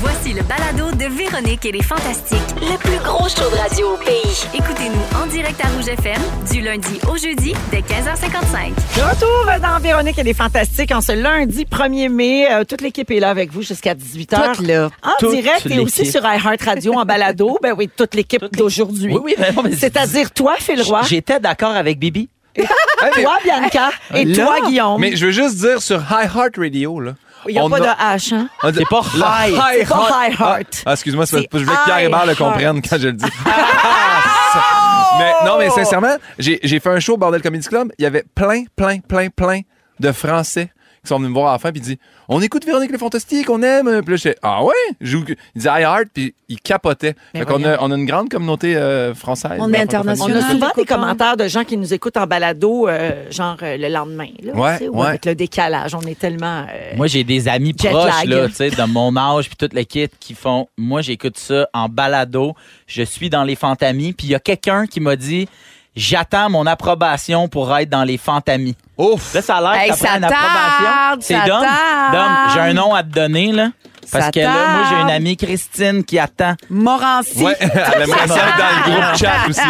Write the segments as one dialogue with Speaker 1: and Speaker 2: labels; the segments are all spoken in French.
Speaker 1: Voici le balado de Véronique et les Fantastiques.
Speaker 2: Le plus gros show de radio au pays.
Speaker 1: Écoutez-nous en direct à Rouge FM du lundi au jeudi dès 15h55.
Speaker 3: De retour euh, dans Véronique et les Fantastiques en ce lundi 1er mai. Euh, toute l'équipe est là avec vous jusqu'à 18h.
Speaker 4: Toute là.
Speaker 3: En
Speaker 4: Toute
Speaker 3: direct et aussi
Speaker 4: l'équipe.
Speaker 3: sur iHeartRadio en balado. Ben oui, toute l'équipe d'aujourd'hui.
Speaker 4: Oui, oui, mais non, mais
Speaker 3: C'est-à-dire toi, Phil Roy,
Speaker 4: J'étais d'accord avec Bibi. Euh,
Speaker 3: toi, Bianca, et
Speaker 4: Là?
Speaker 3: toi, Guillaume.
Speaker 5: Mais je veux juste dire sur High Heart Radio, là.
Speaker 3: Il n'y a
Speaker 5: on
Speaker 3: pas de
Speaker 5: a-
Speaker 3: H, hein?
Speaker 5: on dit-
Speaker 4: C'est pas
Speaker 5: Le
Speaker 4: high.
Speaker 3: C'est pas high heart.
Speaker 5: Ah, excuse-moi, c'est
Speaker 3: C'est
Speaker 5: parce que je veux que Pierre
Speaker 3: high
Speaker 5: Hébert le
Speaker 3: heart.
Speaker 5: comprenne quand je le dis. Ah, ça- mais, non, mais
Speaker 3: Oh!
Speaker 5: sincèrement, j'ai j'ai fait un show au Bordel Comedy Club. Il y avait plein, plein, plein, plein de Français qui sont venus me voir à la fin puis ils disent On écoute Véronique Le Fantastique, on aime. Puis là, j'étais Ah ouais Joue- Ils disaient High Heart, puis ils capotaient.
Speaker 3: Mais
Speaker 5: Fait qu'on
Speaker 3: voyons.
Speaker 5: a, on a une grande communauté euh, française.
Speaker 6: On est
Speaker 5: Ben,
Speaker 3: On
Speaker 6: international.
Speaker 3: a
Speaker 6: National
Speaker 3: souvent
Speaker 6: de
Speaker 3: des
Speaker 6: copains.
Speaker 3: commentaires de gens qui nous écoutent en balado, euh, genre euh, le lendemain, là,
Speaker 5: Ouais,
Speaker 3: tu sais, ou
Speaker 5: ouais.
Speaker 3: avec le décalage. On est tellement... euh,
Speaker 4: Moi, j'ai des amis
Speaker 3: Jet
Speaker 4: proches,
Speaker 3: lag.
Speaker 4: là, tu sais, de mon âge, puis toute l'équipe qui font. Moi, j'écoute ça en balado. Je suis dans les fantamis. Puis il y a quelqu'un qui m'a dit J'attends mon approbation pour être dans les fantamis.
Speaker 5: Ouf
Speaker 4: Là, ça a
Speaker 5: Ah,
Speaker 4: l'air
Speaker 6: Hey,
Speaker 4: que ça
Speaker 6: ça
Speaker 4: prend une approbation.
Speaker 6: tarde,
Speaker 4: C'est
Speaker 6: ça
Speaker 4: Dom. Dom,
Speaker 6: tarde.
Speaker 4: j'ai un nom à te donner, là. Parce
Speaker 6: Ça
Speaker 4: que là, moi, j'ai une
Speaker 6: tarde.
Speaker 4: amie, Christine, qui attend.
Speaker 6: Morancy.
Speaker 5: Ouais, elle aimerait ça être dans le groupe chat aussi.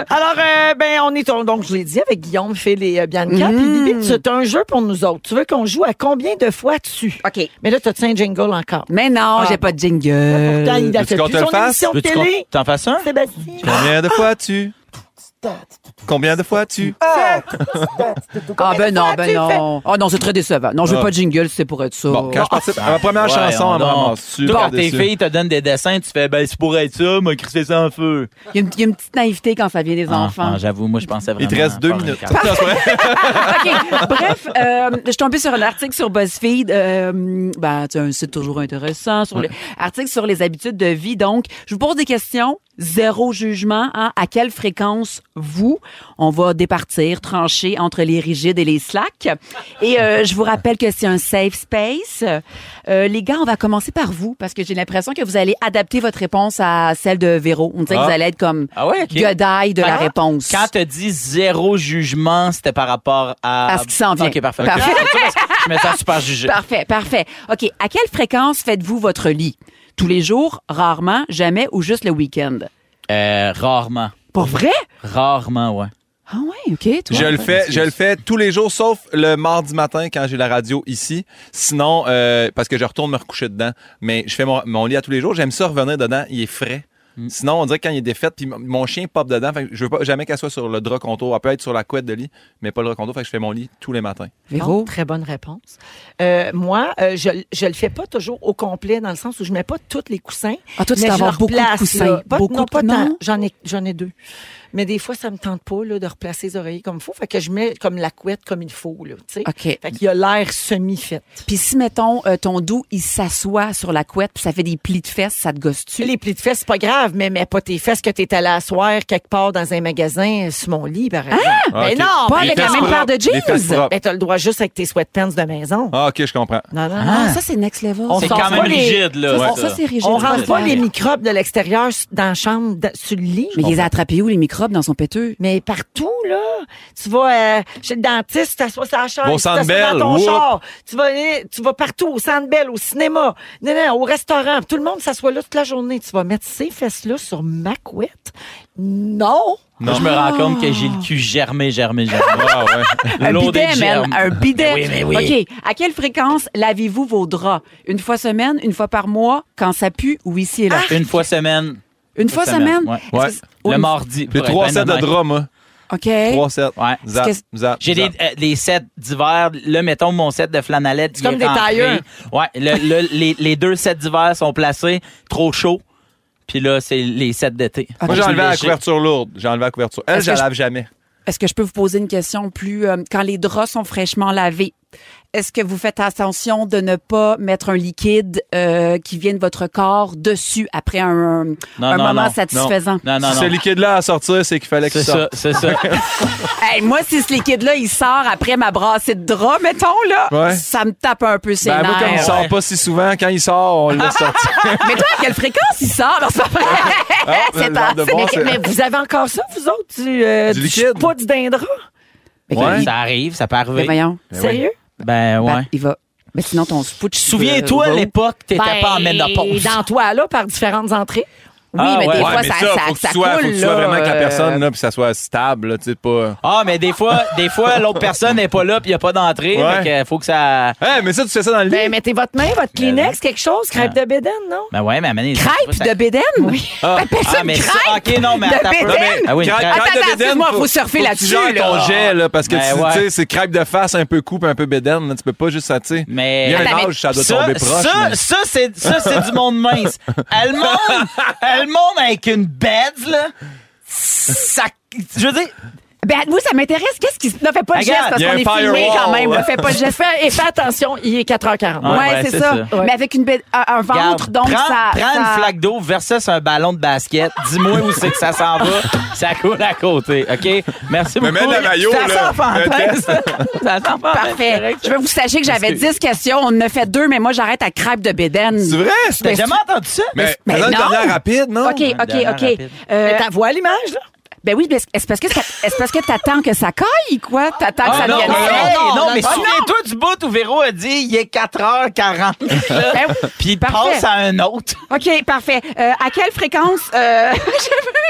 Speaker 3: Alors, euh, ben, on est, donc, je l'ai dit, avec Guillaume, Phil et euh, Bianca.
Speaker 6: Mm.
Speaker 3: Puis, Bibi, c'est un jeu pour nous autres. Tu veux qu'on joue à combien de fois tu?
Speaker 6: OK.
Speaker 3: Mais là, t'as-tu un jingle encore?
Speaker 6: Mais non,
Speaker 3: Ah,
Speaker 6: j'ai pas de jingle.
Speaker 3: Pourtant, il a
Speaker 5: veux-tu
Speaker 3: fait
Speaker 5: qu'on Hein?
Speaker 3: plus
Speaker 5: te le
Speaker 3: son
Speaker 5: fasse?
Speaker 3: émission de
Speaker 4: Veux-tu qu'on
Speaker 3: télé.
Speaker 4: t'en fasses un?
Speaker 3: Sébastien.
Speaker 5: Combien de fois tu Combien de fois tu
Speaker 6: Ah ben non, ben non. Oh non, c'est très décevant. Non, je veux
Speaker 5: Ah.
Speaker 6: pas de jingle, c'est pour être ça.
Speaker 5: Bon, quand je participe à ma première
Speaker 4: Ouais,
Speaker 5: chanson,
Speaker 4: on
Speaker 5: elle me
Speaker 4: donc.
Speaker 5: ramasse dessus,
Speaker 4: Toutes
Speaker 5: regarde
Speaker 4: tes
Speaker 5: dessus.
Speaker 4: filles te donnent des dessins, tu fais, ben, c'est pour être ça, m'a crissé ça en feu.
Speaker 6: Il y, a une, il y a une petite naïveté quand ça vient des
Speaker 4: Ah,
Speaker 6: enfants.
Speaker 4: ah, J'avoue, moi, je pensais vraiment.
Speaker 5: Il te reste deux
Speaker 4: faire une
Speaker 5: minutes.
Speaker 4: carte.
Speaker 6: OK. Bref, euh, je suis tombée sur un article sur BuzzFeed. Euh, ben, tu sais, un site toujours intéressant. Sur les... Article sur les habitudes de vie. Donc, je vous pose des questions. Zéro jugement. hein. À quelle fréquence, vous, on va départir, trancher entre les rigides et les slacks. Et euh, je vous rappelle que c'est un safe space. Euh, les gars, on va commencer par vous parce que j'ai l'impression que vous allez adapter votre réponse à celle de Véro. On dirait que
Speaker 4: Ah.
Speaker 6: vous allez être comme
Speaker 4: Ah ouais, ok.
Speaker 6: godaille de la
Speaker 4: Ah.
Speaker 6: réponse.
Speaker 4: Quand tu dis zéro jugement, c'était par rapport à.
Speaker 6: À ce qui s'en vient.
Speaker 4: Ok, parfait.
Speaker 6: Parfait.
Speaker 4: je me sens super jugé.
Speaker 6: Parfait, parfait. OK, à quelle fréquence faites-vous votre lit? Tous les jours, rarement, jamais ou juste le week-end?
Speaker 4: Euh, rarement.
Speaker 6: Pour vrai?
Speaker 4: Rarement, ouais.
Speaker 6: Ah ouais, OK, toi.
Speaker 5: Je le fais, je le fais tous les jours, sauf le mardi matin quand j'ai la radio ici. Sinon, euh, parce que je retourne me recoucher dedans, mais je fais mon, mon lit à tous les jours. J'aime ça revenir dedans, il est frais.
Speaker 4: Mm.
Speaker 5: Sinon, on dirait que quand il est défait, puis mon- mon chien pop dedans. Fait que je veux pas jamais qu'elle soit sur le drap contour. Elle peut être sur la couette de lit, mais pas le drap contour. Fait que je fais mon lit tous les matins.
Speaker 6: Véro?
Speaker 3: Donc, très bonne réponse. Euh, moi, euh, je ne le fais pas toujours au complet, dans le sens où je mets pas tous les coussins.
Speaker 6: Ah, toi, tu
Speaker 3: mais
Speaker 6: dois
Speaker 3: je
Speaker 6: avoir
Speaker 3: leur
Speaker 6: beaucoup de
Speaker 3: place,
Speaker 6: coussins.
Speaker 3: là. Pas,
Speaker 6: Beaucoup
Speaker 3: non,
Speaker 6: de-
Speaker 3: pas tant.
Speaker 6: non?
Speaker 3: J'en ai, j'en ai deux. Mais des fois, ça me tente pas là, de replacer les oreillers comme il faut. Fait que je mets comme la couette comme il faut. Là, tu sais.
Speaker 6: OK.
Speaker 3: Fait qu'il y a l'air semi-fait.
Speaker 6: Puis si, mettons, euh, ton dos, il s'assoit sur la couette, puis ça fait des plis de fesses, ça te gosse-tu?
Speaker 3: Les plis de fesses, c'est pas grave, mais mets pas tes fesses que t'es allé asseoir quelque part dans un magasin euh, sur mon lit, par exemple.
Speaker 5: Ah,
Speaker 3: Mais
Speaker 5: ok.
Speaker 3: Ben non,
Speaker 6: Pas
Speaker 5: Les
Speaker 6: avec la
Speaker 5: fesses
Speaker 6: même
Speaker 5: propres,
Speaker 6: paire de
Speaker 5: les fesses
Speaker 6: jeans?
Speaker 5: propres.
Speaker 3: mais t'as le droit juste avec tes sweatpants de maison.
Speaker 5: Ah, ok, je comprends.
Speaker 3: Non, non, non.
Speaker 6: Ah, ça, c'est next level.
Speaker 3: On
Speaker 4: C'est
Speaker 3: sort
Speaker 4: quand même
Speaker 3: pas les-
Speaker 4: rigide, là.
Speaker 6: Ça,
Speaker 4: ouais,
Speaker 6: ça, c'est rigide.
Speaker 3: On
Speaker 6: Tu peux
Speaker 3: rentre
Speaker 6: le
Speaker 3: pas
Speaker 6: faire.
Speaker 3: les microbes de l'extérieur s- dans la chambre, dans- sur le lit.
Speaker 6: Mais il les a attrapés où, les microbes, dans son péteux?
Speaker 3: Mais partout, là. Tu vas euh, chez le dentiste, tu t'assois sur la chaise,
Speaker 5: Au
Speaker 3: tu
Speaker 5: Centre
Speaker 3: t'assois dans
Speaker 5: Bell,
Speaker 3: ton
Speaker 5: whoop.
Speaker 3: char. Tu vas, eh, tu vas partout, au centre belle, au cinéma, non, non, au restaurant. Tout le monde s'assoit là toute la journée. Tu vas mettre ces fesses-là sur ma couette. Non!
Speaker 4: Moi, je me rends compte que j'ai le cul germé, germé, germé.
Speaker 5: Ah, ouais.
Speaker 6: Un
Speaker 4: Loadé de
Speaker 6: bidet, man.
Speaker 4: germes.
Speaker 6: Un bidet.
Speaker 4: Mais oui, mais oui.
Speaker 6: OK. À quelle fréquence lavez-vous vos draps? Une fois semaine, une fois par mois, quand ça pue ou ici et là?
Speaker 4: Une fois semaine.
Speaker 6: Une fois semaine?
Speaker 4: Ouais.
Speaker 6: Est-ce que
Speaker 5: Ouais.
Speaker 6: c'est-
Speaker 4: Le
Speaker 6: Une-
Speaker 4: mardi.
Speaker 5: J'ai
Speaker 4: pour être
Speaker 5: trois
Speaker 4: bien
Speaker 5: sets de hein.
Speaker 4: honnête.
Speaker 5: draps, moi.
Speaker 6: OK.
Speaker 5: Trois sets.
Speaker 4: Ouais.
Speaker 5: Zap,
Speaker 6: Est-ce
Speaker 5: zap,
Speaker 4: J'ai des,
Speaker 5: zap.
Speaker 4: euh, des sets d'hiver. Là, mettons mon set de flanalette.
Speaker 3: C'est
Speaker 4: il est
Speaker 3: comme des
Speaker 4: rentré.
Speaker 3: tailleurs.
Speaker 4: Ouais, le- le- les, les deux sets d'hiver sont placés trop chaud. Puis là, c'est les sets d'été.
Speaker 5: Moi, j'ai enlevé la
Speaker 4: Léger.
Speaker 5: couverture lourde. J'ai enlevé la couverture. Elle, je
Speaker 6: Est-ce que
Speaker 5: la
Speaker 6: je-
Speaker 5: lave jamais.
Speaker 6: Est-ce que je peux vous poser une question plus euh, quand les draps sont fraîchement lavés? Est-ce que vous faites attention de ne pas mettre un liquide euh, qui vient de votre corps dessus après un,
Speaker 4: Non,
Speaker 6: un
Speaker 4: non,
Speaker 6: moment
Speaker 4: non.
Speaker 6: satisfaisant?
Speaker 4: Non, non,
Speaker 5: si ce
Speaker 4: non.
Speaker 5: liquide-là à sortir, c'est qu'il fallait que
Speaker 4: C'est
Speaker 5: ça
Speaker 4: ça,
Speaker 5: sorte.
Speaker 4: c'est ça.
Speaker 6: Hey, moi, si ce liquide-là, il sort après ma brassée de draps, mettons, là,
Speaker 5: Ouais.
Speaker 6: ça me tape un peu ses
Speaker 5: Ben, moi, comme il
Speaker 6: nerfs.
Speaker 5: sort pas si souvent, quand il sort, on le laisse sortir.
Speaker 6: Mais toi, à quelle fréquence il sort? Non, c'est pas vrai.
Speaker 5: Ah,
Speaker 6: C'est
Speaker 5: le genre de
Speaker 6: assez-
Speaker 5: bon,
Speaker 6: mais-
Speaker 5: c'est-
Speaker 3: Mais vous avez encore ça, vous autres, du, euh,
Speaker 5: Du liquide?
Speaker 3: pas du dindra?
Speaker 6: Mais
Speaker 5: Ouais.
Speaker 6: il-
Speaker 4: Ça arrive, ça peut
Speaker 6: Mais
Speaker 4: arriver.
Speaker 6: Ben, voyons.
Speaker 3: Sérieux?
Speaker 4: Ben,
Speaker 6: Pat,
Speaker 4: ouais.
Speaker 6: il va. Mais sinon, ton spouch.
Speaker 4: Souviens-toi, à l'époque, t'étais
Speaker 3: Ben,
Speaker 4: pas en ménopause.
Speaker 3: Dans toi, là, par différentes entrées.
Speaker 6: Oui,
Speaker 4: Ah,
Speaker 6: mais
Speaker 4: ouais.
Speaker 6: des
Speaker 4: Ouais,
Speaker 6: fois,
Speaker 5: mais
Speaker 6: ça,
Speaker 5: ça,
Speaker 6: ça,
Speaker 5: faut que
Speaker 6: ça
Speaker 5: tu sois,
Speaker 6: coule,
Speaker 5: faut que tu
Speaker 6: là,
Speaker 5: sois vraiment que la
Speaker 6: euh,
Speaker 5: personne, là, puis ça soit stable, là, tu sais, pas.
Speaker 4: Ah, mais des fois, des fois l'autre personne n'est pas là puis il n'y a pas d'entrée.
Speaker 5: Ouais.
Speaker 4: Fait que faut que ça.
Speaker 5: Eh, mais ça, tu fais ça dans le lit.
Speaker 3: Ben, mettez votre main, votre Kleenex, quelque chose, crêpe de bédaine, non?
Speaker 4: Ben ouais, mais amenez les-
Speaker 6: Crêpe
Speaker 4: ça-
Speaker 6: de Bédem? Oui.
Speaker 5: Ah.
Speaker 6: personne
Speaker 4: Ah, mais ça-
Speaker 6: crêpe.
Speaker 4: ok, non, mais
Speaker 6: de
Speaker 4: attends un peu.
Speaker 5: Non, mais
Speaker 4: Ah oui, une
Speaker 5: cra-
Speaker 4: craque.
Speaker 5: craque de
Speaker 6: Attends, attends,
Speaker 5: bédaine,
Speaker 6: excuse-moi,
Speaker 5: faut-
Speaker 6: faut
Speaker 5: faut
Speaker 6: surfer
Speaker 5: que
Speaker 6: là-dessus,
Speaker 5: Tu gères
Speaker 6: Ah, là.
Speaker 5: ton jet, là, parce que
Speaker 4: Ben
Speaker 5: tu
Speaker 4: ouais.
Speaker 5: tu sais, c'est craque de face, un peu coupe, un peu bédaine, là, tu peux pas juste ça, tu sais.
Speaker 4: Mais-
Speaker 5: Il y a
Speaker 6: Attends,
Speaker 5: un
Speaker 6: mais
Speaker 5: âge, ça doit
Speaker 4: ça,
Speaker 5: tomber proche.
Speaker 4: ça,
Speaker 5: mais-
Speaker 4: ça, c'est, ça, c'est du monde mince. Elle monte, elle monte avec une bête, là. Ça, je veux dire,
Speaker 6: Ben, moi, ça m'intéresse. Qu'est-ce qui. Ne fais pas de
Speaker 4: Regarde,
Speaker 6: geste parce
Speaker 5: il y a
Speaker 6: qu'on
Speaker 5: un
Speaker 6: est filmé
Speaker 5: firewall,
Speaker 6: quand même.
Speaker 5: ouais.
Speaker 6: Ne fais pas de
Speaker 3: Je
Speaker 6: geste.
Speaker 3: fais, et fais attention, il est 4h40.
Speaker 4: Oh, Ouais,
Speaker 6: Ouais,
Speaker 4: ouais, c'est
Speaker 6: c'est ça.
Speaker 4: ça.
Speaker 6: Mais avec une bête- un un
Speaker 4: regarde,
Speaker 6: ventre, donc
Speaker 4: prends,
Speaker 6: ça.
Speaker 4: prends
Speaker 6: ça-
Speaker 4: une flaque d'eau versus un ballon de basket. Dis-moi où c'est que ça s'en va. Ça coule à côté, OK? Merci
Speaker 5: Mais
Speaker 4: beaucoup.
Speaker 5: mets le maillot, là.
Speaker 4: ça sent fantasme. ça sent fantasme.
Speaker 6: Parfait. Je veux que vous sachiez que j'avais 10 questions. On en a fait deux, mais moi, j'arrête à crêpe de Bédène.
Speaker 5: C'est vrai?
Speaker 4: T'as jamais entendu ça?
Speaker 5: Mais
Speaker 6: Mais
Speaker 5: faisons une
Speaker 6: non.
Speaker 5: dernière rapide, non?
Speaker 6: OK, OK,
Speaker 4: dernière
Speaker 6: OK.
Speaker 4: rapide.
Speaker 6: Euh,
Speaker 3: Mais ta voix à l'image, là?
Speaker 6: ben oui, mais est-ce est-ce parce que ça- est-ce parce que t'attends que ça caille, quoi? T'attends que
Speaker 4: Ah,
Speaker 6: ça
Speaker 4: non,
Speaker 6: devienne
Speaker 4: mais,
Speaker 6: sec?
Speaker 4: hey, non,
Speaker 6: non,
Speaker 4: mais
Speaker 6: non.
Speaker 4: souviens-toi du bout où Véro a dit il est 4h40.
Speaker 6: Ben oui.
Speaker 4: Puis
Speaker 6: Parfait.
Speaker 4: passe à un autre.
Speaker 6: OK, parfait. Euh, à quelle fréquence... euh,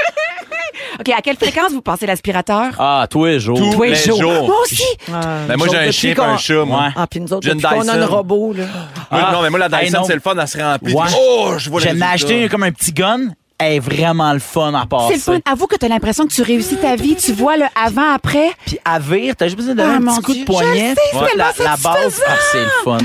Speaker 6: OK, à quelle fréquence vous passez l'aspirateur?
Speaker 4: Ah, tous les jours.
Speaker 5: Tous les jours.
Speaker 6: Moi aussi! Euh,
Speaker 5: Ben, moi, j'ai un chien et un chat, moi.
Speaker 4: Ouais.
Speaker 3: Ah, puis nous autres,
Speaker 5: J'ai une
Speaker 3: depuis qu'on a un
Speaker 5: Dyson.
Speaker 3: robot, là.
Speaker 5: Moi, Non, mais moi, la
Speaker 4: Ah, hey,
Speaker 5: Dyson,
Speaker 4: non.
Speaker 5: c'est le fun, elle se remplit.
Speaker 4: Ouais.
Speaker 5: Oh, je vois le
Speaker 4: J'en ai
Speaker 5: résultat.
Speaker 4: acheté comme un petit gun. Elle est vraiment le fun à passer.
Speaker 6: C'est le fun. Avoue que t'as l'impression que tu réussis ta vie. Tu vois le avant-après.
Speaker 4: Puis à vire, t'as juste besoin de donner
Speaker 6: Ah,
Speaker 4: un
Speaker 6: mon
Speaker 4: petit coup
Speaker 6: Dieu.
Speaker 4: de poignet.
Speaker 6: Je sais, c'est
Speaker 4: Ouais. la,
Speaker 6: tellement
Speaker 4: la base,
Speaker 6: satisfaisant.
Speaker 4: ah, c'est le fun.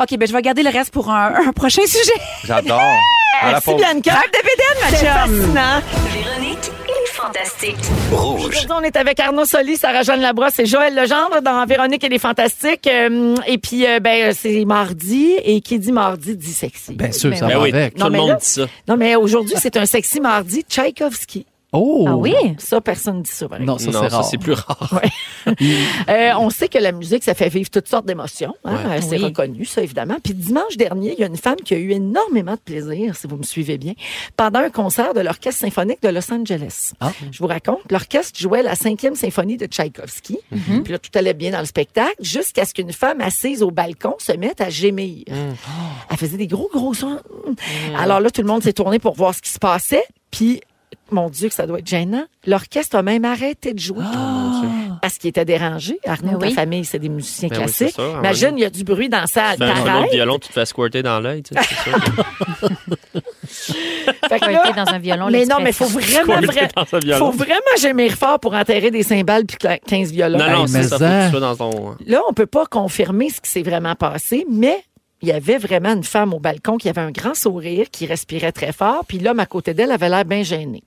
Speaker 6: OK, ben je vais garder le reste pour un, un prochain sujet.
Speaker 5: J'adore. À la
Speaker 3: Merci,
Speaker 5: pause.
Speaker 3: Bianca.
Speaker 6: Crêpe de Bédène,
Speaker 3: C'est
Speaker 6: ma chum!
Speaker 3: fascinant.
Speaker 1: Véronique et les Fantastiques.
Speaker 3: Aujourd'hui, on est avec Arnaud Soli, Sarah-Jeanne Labrosse et Joël Legendre dans Véronique et les Fantastiques. Euh, et puis, euh, ben, c'est mardi. Et qui dit mardi, dit sexy.
Speaker 7: Bien sûr, ça
Speaker 3: Ben
Speaker 7: va
Speaker 3: oui.
Speaker 7: avec.
Speaker 3: Non,
Speaker 8: Tout le
Speaker 3: mais
Speaker 8: monde
Speaker 3: là-
Speaker 8: dit ça.
Speaker 3: Non, mais aujourd'hui, c'est un sexy mardi Tchaïkovski.
Speaker 7: Oh!
Speaker 3: Ah Ça, personne ne dit ça. par exemple.
Speaker 7: Non, ça,
Speaker 8: non,
Speaker 7: c'est
Speaker 8: ça,
Speaker 7: rare.
Speaker 8: c'est plus rare.
Speaker 3: Euh, on sait que la musique, ça fait vivre toutes sortes d'émotions. hein. Euh, C'est
Speaker 6: Oui.
Speaker 3: reconnu, ça, évidemment. Puis dimanche dernier, il y a une femme qui a eu énormément de plaisir, si vous me suivez bien, pendant un concert de l'Orchestre symphonique de Los Angeles.
Speaker 7: Ah.
Speaker 3: Je vous raconte, l'orchestre jouait la cinquième symphonie de Tchaïkovski.
Speaker 7: Mhm.
Speaker 3: Puis là, tout allait bien dans le spectacle, jusqu'à ce qu'une femme assise au balcon se mette à gémir. Ah, Elle faisait des gros, gros sons. Alors là, tout le monde s'est tourné pour voir ce qui se passait. Puis, mon Dieu, que ça doit être gênant. L'orchestre a même arrêté de
Speaker 8: Oh,
Speaker 3: jouer. Parce qu'il était dérangé. Arnaud,
Speaker 6: Ben oui.
Speaker 3: ta famille, c'est des musiciens
Speaker 8: Ben oui,
Speaker 3: classiques.
Speaker 8: c'est sûr,
Speaker 3: Imagine, il y a du bruit dans la salle.
Speaker 8: Tu fais Ben, un solo de
Speaker 3: T'arrêtes.
Speaker 8: violon, tu te fais squirter dans l'œil. tu sais, c'est sûr.
Speaker 3: Fait que là,
Speaker 9: Squirter dans un violon.
Speaker 3: mais
Speaker 9: là, tu
Speaker 3: non,
Speaker 9: fais-
Speaker 3: mais faut vraiment,
Speaker 8: Squirter
Speaker 3: vra-
Speaker 8: dans un violon.
Speaker 3: faut vraiment gémir fort pour enterrer des cymbales puis cla- 15 violons.
Speaker 8: Non, non,
Speaker 7: Hey,
Speaker 8: c'est
Speaker 7: mais
Speaker 8: ça. Faut que
Speaker 9: hein.
Speaker 7: ça.
Speaker 8: tu sois dans ton. hein.
Speaker 3: Là, on peut pas confirmer ce qui s'est vraiment passé, mais il y avait vraiment une femme au balcon qui avait un grand sourire, qui respirait très fort, puis l'homme à côté d'elle avait l'air bien gêné.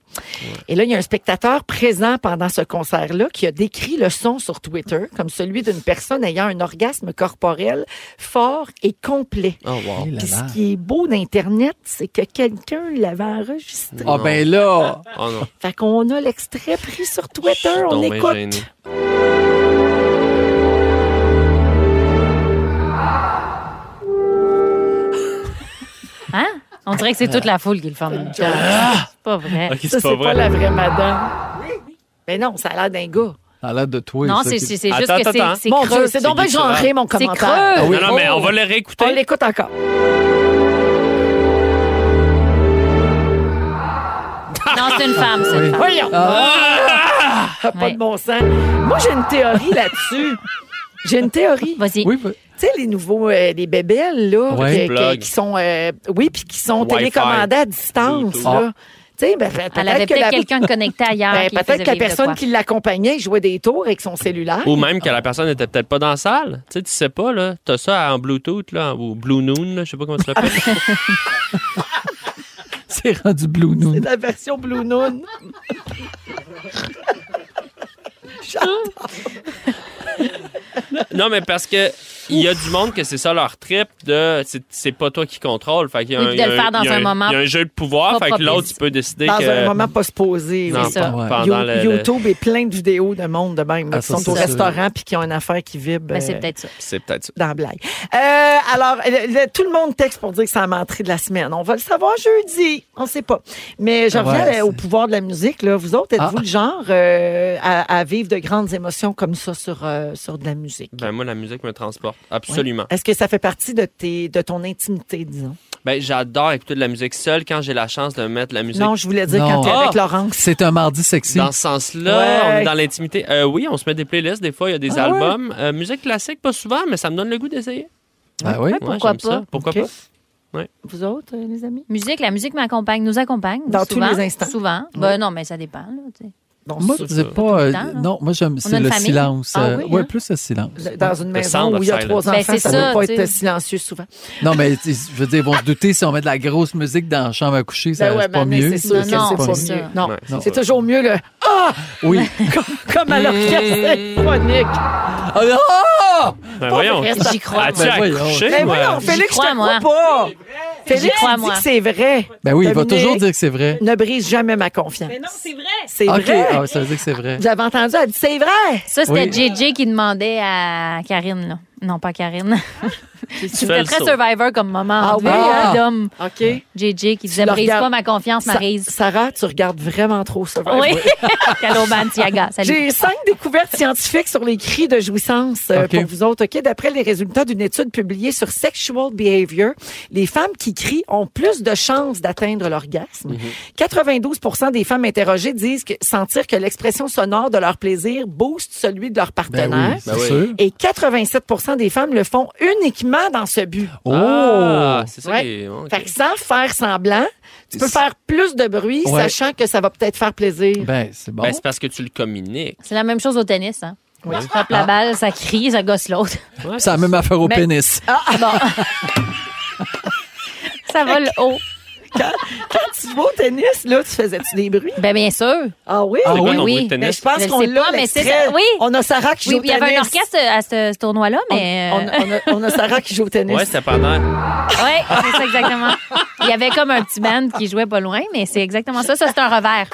Speaker 3: Et là, il y a un spectateur présent pendant ce concert-là qui a décrit le son sur Twitter comme celui d'une personne ayant un orgasme corporel fort et complet.
Speaker 8: Oh, wow.
Speaker 7: Eh là
Speaker 3: Puis
Speaker 7: là.
Speaker 3: ce qui est beau d'Internet, c'est que quelqu'un l'avait enregistré.
Speaker 7: Ah, ben là!
Speaker 8: Oh non.
Speaker 3: Fait qu'on a l'extrait pris sur
Speaker 8: Je suis
Speaker 3: Twitter, on
Speaker 8: donc bien
Speaker 3: écoute.
Speaker 8: gêné.
Speaker 9: Hein? On dirait que c'est toute la foule qui le forme. C'est pas vrai.
Speaker 8: Ah! Ok,
Speaker 3: Ça,
Speaker 8: c'est pas vrai.
Speaker 3: la vraie madame. Mais Ben non, ça a l'air d'un gars.
Speaker 7: Ça a l'air de toi.
Speaker 9: Non,
Speaker 7: ça,
Speaker 9: c'est
Speaker 7: qui-
Speaker 9: c'est- c'est juste
Speaker 8: Attends,
Speaker 9: que
Speaker 8: attends.
Speaker 9: c'est- c'est
Speaker 3: Bon,
Speaker 9: creux.
Speaker 3: c'est donc bien
Speaker 8: guttural.
Speaker 3: genré, mon
Speaker 9: C'est
Speaker 3: commentaire.
Speaker 9: creux.
Speaker 8: Non, non, mais on va le
Speaker 3: On
Speaker 8: réécouter.
Speaker 3: l'écoute encore.
Speaker 9: Non, c'est une femme, c'est une femme.
Speaker 3: Voyons. Ah, pas
Speaker 9: Ouais.
Speaker 3: de bon sens. Moi, j'ai une théorie là-dessus. J'ai une théorie.
Speaker 9: Vas-y.
Speaker 7: Oui, oui.
Speaker 3: Tu sais, les nouveaux, euh, les bébelles, là,
Speaker 7: Ouais.
Speaker 8: Les
Speaker 3: que- que-
Speaker 8: plugs.
Speaker 3: qui sont, euh, oui, puis qui sont
Speaker 8: Wi-Fi.
Speaker 3: télécommandés à distance,
Speaker 8: Bluetooth.
Speaker 3: là. Tu sais, ben, peut-être
Speaker 9: Elle avait
Speaker 3: que la,
Speaker 9: peut-être quelqu'un de connecté ailleurs.
Speaker 3: ben,
Speaker 9: qui
Speaker 3: peut-être
Speaker 9: faisait
Speaker 3: que la
Speaker 9: vivre de
Speaker 3: personne
Speaker 9: quoi.
Speaker 3: qui l'accompagnait jouait des tours avec son cellulaire.
Speaker 8: Ou même que la personne n'était peut-être pas dans la salle. Tu sais, tu sais pas, là. T'as ça en Bluetooth, là, ou Blue Noon, là, je sais pas comment tu l'appelles.
Speaker 7: C'est rendu Blue Noon.
Speaker 3: C'est la version Blue Noon.
Speaker 8: non, mais parce que il y a du monde que c'est ça leur trip de c'est- c'est pas toi qui contrôle. Fait qu'il y a
Speaker 9: Oui,
Speaker 8: un,
Speaker 9: puis
Speaker 8: il y a
Speaker 9: de le faire dans
Speaker 8: il y a
Speaker 9: un moment
Speaker 8: Il y a un jeu de pouvoir.
Speaker 9: pas
Speaker 8: Fait que l'autre,
Speaker 9: propice.
Speaker 8: tu peux décider
Speaker 3: Dans
Speaker 8: que.
Speaker 3: un moment pas se poser.
Speaker 8: Non,
Speaker 3: oui.
Speaker 9: ça.
Speaker 8: pe-
Speaker 7: Ouais.
Speaker 8: pendant
Speaker 3: You-
Speaker 8: le- le-
Speaker 3: YouTube est plein de vidéos de monde de même, là,
Speaker 7: Ah,
Speaker 3: qui
Speaker 7: ça,
Speaker 3: sont au
Speaker 7: c'est sûr.
Speaker 3: restaurant puis qui ont une affaire qui vibre.
Speaker 9: Ben, c'est
Speaker 3: euh,
Speaker 9: peut-être ça.
Speaker 8: C'est peut-être ça.
Speaker 3: dans la blague. Euh, alors, le- le- tout le monde texte pour dire que c'est la mentrée de la semaine. On va le savoir jeudi. On sait pas. Mais je reviens
Speaker 7: Ah, Ouais,
Speaker 3: euh, au pouvoir de la musique. Là. Vous autres, êtes-vous
Speaker 7: Ah.
Speaker 3: le genre euh, à, à vivre de grandes émotions comme ça sur, euh, sur de la musique?
Speaker 8: Ben, moi, la musique me transporte. absolument.
Speaker 3: Est-ce que ça fait partie de, tes, de ton intimité, disons?
Speaker 8: Ben, j'adore écouter de la musique seule quand j'ai la chance de mettre la musique.
Speaker 3: Non, je voulais dire
Speaker 7: Non.
Speaker 3: quand t'es
Speaker 8: Ah!
Speaker 3: avec Laurence.
Speaker 7: C'est un mardi sexy.
Speaker 8: Dans ce sens-là, on
Speaker 3: Ouais.
Speaker 8: est dans l'intimité. Euh, oui, on se met des playlists des fois, il y a des albums. Euh, musique classique, pas souvent, mais ça me donne le goût d'essayer.
Speaker 7: Ah oui?
Speaker 8: Ouais,
Speaker 9: pourquoi
Speaker 8: j'aime ça.
Speaker 9: pas?
Speaker 8: Pourquoi
Speaker 3: Ok.
Speaker 8: pas?
Speaker 3: Vous autres, euh, les amis?
Speaker 9: Musique, la musique m'accompagne, nous accompagne.
Speaker 3: Dans
Speaker 9: souvent,
Speaker 3: tous les instants.
Speaker 9: Souvent. Ben non, mais ça dépend. là, tu sais.
Speaker 3: Bon,
Speaker 7: Moi,
Speaker 8: ça,
Speaker 7: c'est pas.
Speaker 8: ça.
Speaker 7: euh,
Speaker 9: Pas tout le temps, là.
Speaker 7: non, moi, j'aime. C'est
Speaker 9: une
Speaker 7: le
Speaker 9: famille?
Speaker 7: silence.
Speaker 3: Ah
Speaker 7: euh,
Speaker 3: oui, hein?
Speaker 7: ouais, plus le silence.
Speaker 3: dans une
Speaker 8: sound
Speaker 3: maison
Speaker 8: of
Speaker 3: où il y a trois
Speaker 8: silence.
Speaker 9: Ben,
Speaker 3: enfants,
Speaker 9: c'est
Speaker 3: ça
Speaker 9: ça,
Speaker 3: ne peut
Speaker 9: tu
Speaker 3: pas être
Speaker 9: sais.
Speaker 3: silencieux souvent.
Speaker 7: Non, mais tu sais, je veux dire, ils vont se douter si on met de la grosse musique dans la chambre à coucher, ça
Speaker 3: Ben ouais,
Speaker 7: c'est pas
Speaker 3: mais
Speaker 7: mieux.
Speaker 3: c'est sûr
Speaker 9: Non,
Speaker 3: que
Speaker 9: non,
Speaker 3: c'est pas
Speaker 9: c'est
Speaker 3: mieux.
Speaker 9: ça.
Speaker 3: Non,
Speaker 8: Ouais,
Speaker 7: non.
Speaker 3: c'est toujours mieux le « Ah!
Speaker 7: Oui. »
Speaker 3: comme à l'orchestre symphonique.
Speaker 7: Mmh. Ah, non!
Speaker 8: Ben, voyons.
Speaker 3: vrai,
Speaker 9: J'y crois.
Speaker 8: As-tu
Speaker 9: moi.
Speaker 7: Ben, voyons.
Speaker 8: accouché?
Speaker 3: Mais
Speaker 7: Ouais.
Speaker 3: voyons,
Speaker 9: J'y
Speaker 3: Félix, je
Speaker 9: crois,
Speaker 3: te
Speaker 9: moi.
Speaker 3: crois pas.
Speaker 9: J'y
Speaker 3: Félix
Speaker 9: crois,
Speaker 3: dit
Speaker 9: moi.
Speaker 3: que c'est vrai.
Speaker 7: Ben oui, il va
Speaker 3: Dominique.
Speaker 7: toujours dire que c'est vrai.
Speaker 3: Ne brise jamais ma confiance. Mais non, c'est vrai.
Speaker 7: OK,
Speaker 3: C'est
Speaker 7: ah,
Speaker 3: vrai.
Speaker 7: ça veut dire que c'est vrai.
Speaker 3: Vous avez entendu, elle dit « C'est vrai!
Speaker 9: Ça, c'était
Speaker 7: Oui.
Speaker 9: JJ qui demandait à Karine. Là. Non, pas Karine.
Speaker 8: fais
Speaker 9: C'était
Speaker 8: le
Speaker 9: très
Speaker 8: saut.
Speaker 9: Survivor comme moment.
Speaker 3: Ah
Speaker 9: entre
Speaker 3: oui,
Speaker 9: deux
Speaker 7: hein?
Speaker 9: hommes. »
Speaker 3: OK.
Speaker 9: JJ qui disait
Speaker 3: le
Speaker 9: Brise
Speaker 3: regardes-
Speaker 9: pas ma confiance,
Speaker 3: Sa-
Speaker 9: Marise.
Speaker 3: Sarah, tu regardes vraiment trop ça.
Speaker 9: Oui. Calo Bantiaga. Salut.
Speaker 3: J'ai cinq découvertes scientifiques sur les cris de jouissance euh,
Speaker 7: OK.
Speaker 3: pour vous autres. OK, D'après les résultats d'une étude publiée sur Sexual Behavior, les femmes qui crient ont plus de chances d'atteindre
Speaker 7: Mhm.
Speaker 3: l'orgasme. 92 des femmes interrogées disent que sentir que l'expression sonore de leur plaisir booste celui de leur
Speaker 7: Ben
Speaker 3: partenaire.
Speaker 7: oui, c'est
Speaker 8: Ben oui.
Speaker 7: sûr.
Speaker 3: Et 87 des femmes le font uniquement dans ce but.
Speaker 7: Oh!
Speaker 8: Ah, c'est ça
Speaker 3: Ouais.
Speaker 8: qui est- ok.
Speaker 3: Fait que sans faire semblant, tu peux faire plus de bruit,
Speaker 7: Ouais.
Speaker 3: sachant que ça va peut-être faire plaisir.
Speaker 7: Ben, c'est bon.
Speaker 8: Ben, c'est parce que tu le communiques.
Speaker 9: C'est la même chose au tennis. Hein.
Speaker 3: Oui. Ah.
Speaker 9: Tu frappes la balle, ça crie, ça gosse l'autre. Ah,
Speaker 8: Ouais,
Speaker 7: ça a même affaire au
Speaker 3: Mais-
Speaker 7: pénis.
Speaker 9: Ça va le haut.
Speaker 3: tu vas au tennis, là, tu faisais-tu des bruits?
Speaker 9: Ben bien sûr. Ben
Speaker 3: Ah oui?
Speaker 7: Ah
Speaker 8: C'est quoi
Speaker 7: oui?
Speaker 8: ton bruit de
Speaker 9: oui.
Speaker 8: tennis?
Speaker 3: Mais je
Speaker 9: Je
Speaker 3: pense
Speaker 9: le
Speaker 3: qu'on
Speaker 9: sais
Speaker 3: l'a,
Speaker 9: pas, mais c'est
Speaker 3: l'extrait.
Speaker 9: ça, oui.
Speaker 3: On a Sarah qui joue
Speaker 9: Oui,
Speaker 3: au
Speaker 9: il y
Speaker 3: tennis.
Speaker 9: avait un orchestre euh, à ce, ce tournoi-là, mais.
Speaker 3: On,
Speaker 9: euh,
Speaker 3: on a, on a Sarah qui joue au tennis.
Speaker 8: Ouais, c'était pendant.
Speaker 9: ouais, c'est ça exactement. Il y avait comme un petit band qui jouait pas loin, mais c'est exactement ça. Ça, c'est un revers.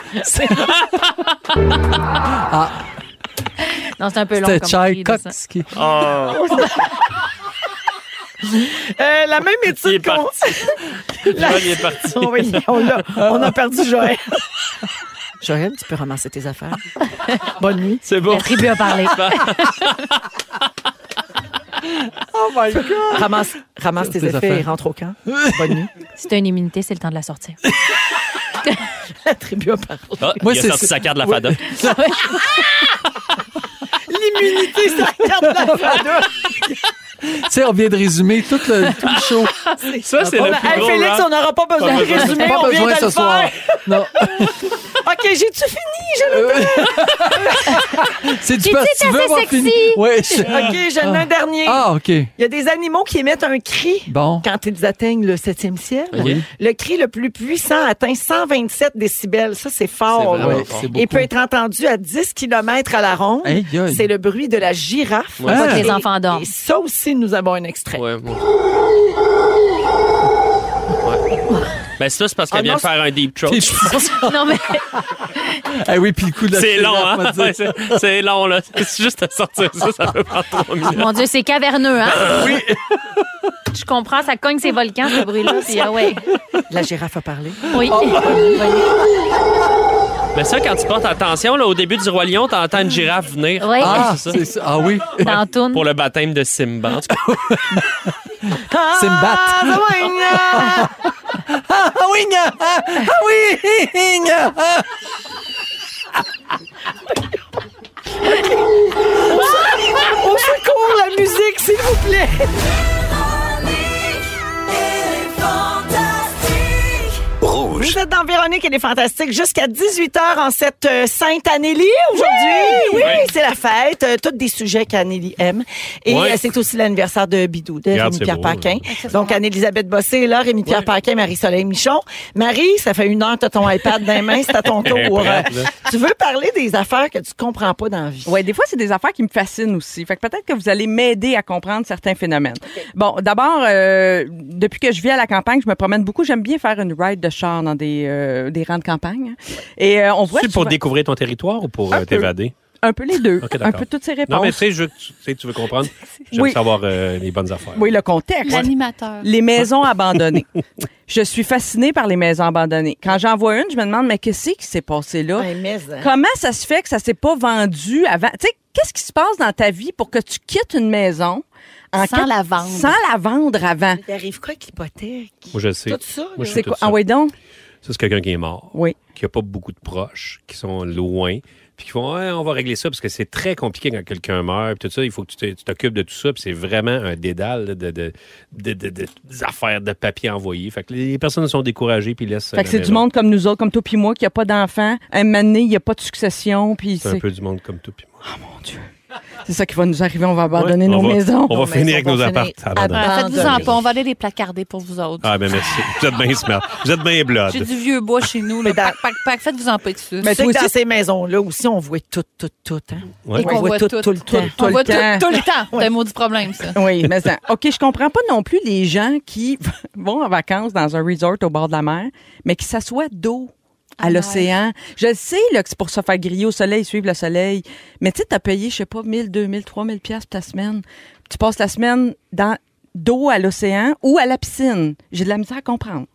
Speaker 9: Non, c'est un peu long.
Speaker 7: Ah, C'était
Speaker 9: comme cri, là, ça.
Speaker 7: Tchaïkovski.
Speaker 8: Ah.
Speaker 3: Euh, la même
Speaker 8: Il est
Speaker 3: étude qu'on...
Speaker 8: parti. Joël, il est parti.
Speaker 3: Oh oui, on l'a. On a perdu Joël. Joël, tu peux ramasser tes affaires. Bonne nuit.
Speaker 8: C'est bon.
Speaker 9: La tribu a parlé.
Speaker 3: Oh my God. Ramasse, ramasse tes
Speaker 7: Tes
Speaker 3: effets et
Speaker 7: affaires.
Speaker 3: rentre au camp. Bonne nuit.
Speaker 9: Si t'as une immunité, c'est le temps de la sortir.
Speaker 3: La tribu a parlé.
Speaker 8: Ah,
Speaker 7: Moi,
Speaker 8: il a
Speaker 7: c'est-
Speaker 8: sorti sa carte de la FADOC.
Speaker 3: L'immunité, ça regarde la fadeur.
Speaker 7: tu sais, on vient de résumer tout le, tout le show.
Speaker 8: Ça, c'est
Speaker 3: On
Speaker 8: le
Speaker 3: a-
Speaker 8: plus
Speaker 3: Ah,
Speaker 8: hein.
Speaker 3: ben, Hey,
Speaker 8: gros
Speaker 3: Félix,
Speaker 8: rant.
Speaker 3: on n'aura pas besoin
Speaker 8: Pas
Speaker 3: de
Speaker 8: besoin.
Speaker 3: résumer.
Speaker 7: Pas
Speaker 3: on vient
Speaker 7: besoin
Speaker 3: de
Speaker 7: ce
Speaker 3: le
Speaker 7: soir.
Speaker 3: faire.
Speaker 7: Non.
Speaker 3: OK, j'ai-tu fini? J'ai le
Speaker 7: C'est du
Speaker 9: J'ai dit,
Speaker 7: parce que
Speaker 9: c'est
Speaker 7: tu veux
Speaker 9: assez
Speaker 7: avoir fini.
Speaker 9: sexy.
Speaker 7: Ouais, je-
Speaker 3: OK, j'en ai un dernier.
Speaker 7: Ah, OK.
Speaker 3: Il y a des animaux qui émettent un cri
Speaker 7: Bon.
Speaker 3: quand ils atteignent le septième ciel.
Speaker 8: Ok.
Speaker 3: Le cri le plus puissant atteint 127 décibels. Ça, c'est fort.
Speaker 8: C'est
Speaker 3: là.
Speaker 8: vraiment
Speaker 7: Ouais, c'est beaucoup.
Speaker 3: Et peut être entendu à 10 km à la ronde.
Speaker 7: Aïe, aïe.
Speaker 3: C'est le bruit de la girafe.
Speaker 8: Ouais.
Speaker 9: Pas que
Speaker 7: Ah.
Speaker 9: les enfants dorment.
Speaker 3: Et ça aussi, nous avons un extrait.
Speaker 8: Ouais, bon. Ouais. Ben, ça, c'est parce qu'elle
Speaker 3: Ah
Speaker 8: vient
Speaker 3: non,
Speaker 8: de faire un deep throat.
Speaker 7: T'es chaud.
Speaker 9: Non, mais
Speaker 7: Ah oui, puis le coup de la
Speaker 8: C'est long,
Speaker 7: silence,
Speaker 8: hein?
Speaker 7: on va
Speaker 8: Ouais,
Speaker 7: dire.
Speaker 8: c'est c'est long, là. C'est juste à sortir ça, ça peut prendre trois minutes.
Speaker 9: mon Dieu, c'est caverneux, hein? Oui. Je comprends, ça cogne ses volcans, ce bruit-là. Puis, ah ouais.
Speaker 3: La girafe a parlé.
Speaker 9: Oui.
Speaker 3: Oh,
Speaker 8: Mais ça, quand tu portes attention, là, au début du Roi Lion, t'entends une girafe venir.
Speaker 9: Ouais.
Speaker 7: Ah,
Speaker 8: c'est ça.
Speaker 7: c'est ça. Ah oui.
Speaker 9: Dans Toon.
Speaker 8: Pour le baptême de Simba. En tout cas,
Speaker 7: C'est me battre.
Speaker 3: Ah, ça va, Igna!
Speaker 7: Ah oui, gna! Ah ah oui, gna! Ah.
Speaker 3: Au secours, la musique, s'il vous plaît! Vous êtes dans Véronique et les Fantastiques jusqu'à 18h en cette euh, Sainte Anélie aujourd'hui. Oui, c'est la fête. Euh, tous des sujets qu'Anélie aime. Et
Speaker 8: Ouais.
Speaker 3: euh, c'est aussi l'anniversaire de Bidou, de
Speaker 5: Regarde, c'est
Speaker 3: Rémi-Pierre
Speaker 5: beau,
Speaker 3: Paquin. Donc, Anne-Elisabeth Bossé est là, Rémi-Pierre Paquin, Marie-Soleil Michon. Marie, ça fait une heure que t'as ton iPad dans les mains, c'est à ton tour. Euh, tu veux parler des affaires que tu comprends pas dans la vie.
Speaker 10: Ouais, des fois, c'est des affaires qui me fascinent aussi. Fait que peut-être que vous allez m'aider à comprendre certains phénomènes. Bon, d'abord, euh, depuis que je vis à la campagne, je me promène beaucoup. J'aime bien faire une ride de char dans des, euh, des rangs de campagne. Et euh, on voit
Speaker 11: C'est pour
Speaker 10: souvent-
Speaker 11: découvrir ton territoire ou pour
Speaker 10: Un
Speaker 11: euh,
Speaker 10: peu.
Speaker 11: t'évader?
Speaker 10: un peu les deux,
Speaker 11: Ok, d'accord.
Speaker 10: un peu toutes ces réponses.
Speaker 11: Non, mais tu sais, je veux que tu, tu sais, tu veux comprendre. J'aime
Speaker 10: Oui.
Speaker 11: savoir euh, les bonnes affaires.
Speaker 10: Oui, le contexte.
Speaker 9: L'animateur.
Speaker 10: Les maisons abandonnées. Je suis fascinée par les maisons abandonnées. Quand j'en vois une, je me demande, mais qu'est-ce qui s'est passé là?
Speaker 3: Ouais, mais, hein.
Speaker 10: Comment ça se fait que ça s'est pas vendu avant? Tu sais, qu'est-ce qui se passe dans ta vie pour que tu quittes une maison
Speaker 9: Sans
Speaker 10: quel-
Speaker 9: la vendre.
Speaker 10: Sans la vendre avant.
Speaker 3: Il arrive quoi avec l'hypothèque?
Speaker 11: Moi, je sais.
Speaker 10: Tout ça,
Speaker 11: Moi, je sais
Speaker 10: c'est
Speaker 11: tout
Speaker 10: quoi?
Speaker 11: ça.
Speaker 10: Ah oui, donc?
Speaker 11: Ça, c'est quelqu'un qui est mort.
Speaker 10: Oui.
Speaker 11: Qui n'a pas beaucoup de proches, qui sont loin, puis qui font Ouais, on va régler ça, parce que c'est très compliqué quand quelqu'un meurt, puis tout ça. Il faut que tu te- tu t'occupes de tout ça, puis c'est vraiment un dédale là, de, de, de, de- de- des affaires de papier envoyés. Fait que les personnes sont découragées, puis laissent. euh,
Speaker 10: Fait que c'est du monde comme nous autres, comme toi puis moi, qui a pas d'enfants. Un moment donné, il n'y a pas de succession. Puis
Speaker 11: C'est un peu du monde comme tout, puis moi.
Speaker 10: Oh c'est ça qui va nous arriver. On va abandonner
Speaker 11: Ouais,
Speaker 10: nos
Speaker 11: on va-
Speaker 10: maisons.
Speaker 11: on va Nos finir maisons avec vont nos finir appartes abandonnés.
Speaker 9: Ben, Faites-vous en
Speaker 11: Abandonné.
Speaker 9: pas, on va aller les placardés pour vous autres.
Speaker 11: Ah, ben merci. Vous êtes bien smart. Vous êtes bien blood.
Speaker 9: J'ai du vieux bois chez nous. Là. Pac, pac, pac. Faites-vous en pas avec ça.
Speaker 3: Mais tu sais que dans ces maisons-là aussi, on voit tout, tout, tout. Hein?
Speaker 11: Ouais.
Speaker 9: Et qu'on
Speaker 3: On voit tout, tout le temps.
Speaker 9: On
Speaker 3: Tout
Speaker 9: voit
Speaker 3: le
Speaker 9: tout,
Speaker 3: temps.
Speaker 9: tout le temps. C'est un maudit problème, ça.
Speaker 10: Oui, mais ça- OK, je comprends pas non plus les gens qui vont en vacances dans un resort au bord de la mer, mais qui s'assoient dos
Speaker 9: Ah
Speaker 10: à l'océan. Je le sais là, que c'est pour se faire griller au soleil, suivre le soleil, mais tu sais, t'as payé, je sais pas, 1000, 2000, 3000 pièces ta semaine. Tu passes la semaine dans dos à l'océan ou à la piscine. J'ai de la misère à comprendre.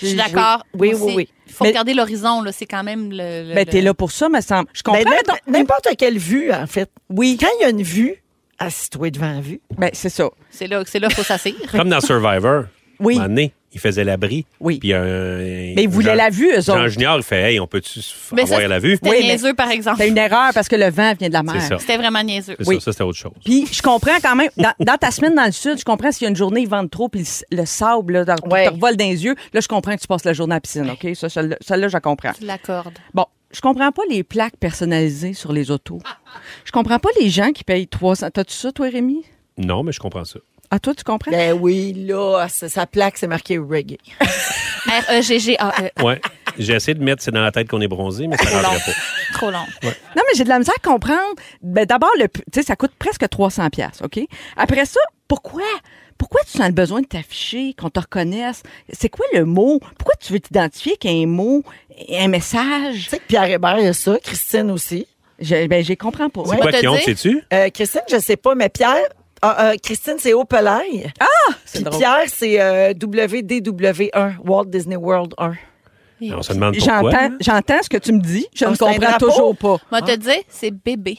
Speaker 9: Je suis d'accord.
Speaker 3: Oui,
Speaker 9: Moi
Speaker 3: oui,
Speaker 9: aussi.
Speaker 3: oui.
Speaker 9: Il faut
Speaker 10: Mais-
Speaker 9: regarder l'horizon, là. C'est quand même le. le-
Speaker 10: Ben, t'es
Speaker 9: le-
Speaker 10: là pour ça, me semble. Je comprends.
Speaker 3: Ben, n'im-
Speaker 10: donc-
Speaker 3: N'importe quelle vue, en fait.
Speaker 10: Oui.
Speaker 3: Quand il y a une vue, assis-toi devant la vue.
Speaker 10: Ben, c'est ça.
Speaker 9: C'est là qu'il faut s'asseoir.
Speaker 11: Comme dans Survivor.
Speaker 10: Oui.
Speaker 11: Un moment donné, il faisait l'abri.
Speaker 10: Oui.
Speaker 11: Puis
Speaker 10: Mais ils voulaient la vue, eux
Speaker 11: Jean
Speaker 10: autres.
Speaker 11: Junior, il fait Hey, on peut-tu f-
Speaker 9: Mais
Speaker 11: avoir
Speaker 9: ça,
Speaker 11: la vue?
Speaker 9: C'était
Speaker 10: Oui, mais-
Speaker 9: niaiseux, par exemple.
Speaker 10: C'est une erreur parce que le vent vient de la mer.
Speaker 11: C'est ça.
Speaker 9: C'était vraiment niaiseux.
Speaker 11: C'est
Speaker 10: Oui.
Speaker 11: ça, ça, c'était autre chose.
Speaker 10: Puis je comprends quand même, dans, dans ta semaine dans le sud, je comprends s'il y a une journée, il vente trop, puis le, s- le sable, là, dans-
Speaker 3: Ouais.
Speaker 10: te revole dans les yeux. Là, je comprends que tu passes la journée à la piscine, OK? Ça, celle-là, celle-là, je comprends.
Speaker 9: Tu l'accordes.
Speaker 10: Bon, je comprends pas les plaques personnalisées sur les autos. Je comprends pas les gens qui payent 300. T'as-tu ça, toi, Rémi?
Speaker 11: Non, mais je comprends ça.
Speaker 10: Ah, toi, tu comprends?
Speaker 3: Ben oui, là, sa sa plaque, c'est marqué reggae.
Speaker 9: R-E-G-G-A-E.
Speaker 11: Ouais. J'ai essayé de mettre, c'est dans la tête qu'on est bronzé, mais ça
Speaker 9: Trop long.
Speaker 11: rentrait pas.
Speaker 9: Trop long.
Speaker 10: Non, mais j'ai de la misère à comprendre. Ben, d'abord, le, p- tu sais, ça coûte presque 300 pièces, OK? Après ça, pourquoi? Pourquoi tu sens le besoin de t'afficher, qu'on te reconnaisse? C'est quoi le mot? Pourquoi tu veux t'identifier qu'un mot, un message?
Speaker 3: Tu sais que Pierre Hébert, il y a ça, Christine aussi.
Speaker 10: Je, ben, je comprends pas.
Speaker 11: C'est quoi
Speaker 9: te
Speaker 11: qui ont,
Speaker 9: dire-
Speaker 11: sais-tu?
Speaker 3: Euh, Christine, je sais pas, mais Pierre. ah, euh, Christine, c'est Opelay. Ah,
Speaker 10: c'est
Speaker 3: Puis
Speaker 10: drôle.
Speaker 3: Pierre, c'est euh, WDW1, Walt Disney World 1.
Speaker 11: On se demande pourquoi.
Speaker 10: J'entends, j'entends ce que tu me dis, je
Speaker 3: Ah,
Speaker 10: ne
Speaker 3: c'est un
Speaker 10: comprends
Speaker 3: drapeau?
Speaker 10: toujours pas.
Speaker 9: Moi,
Speaker 3: Hein?
Speaker 9: te dire, c'est bébé.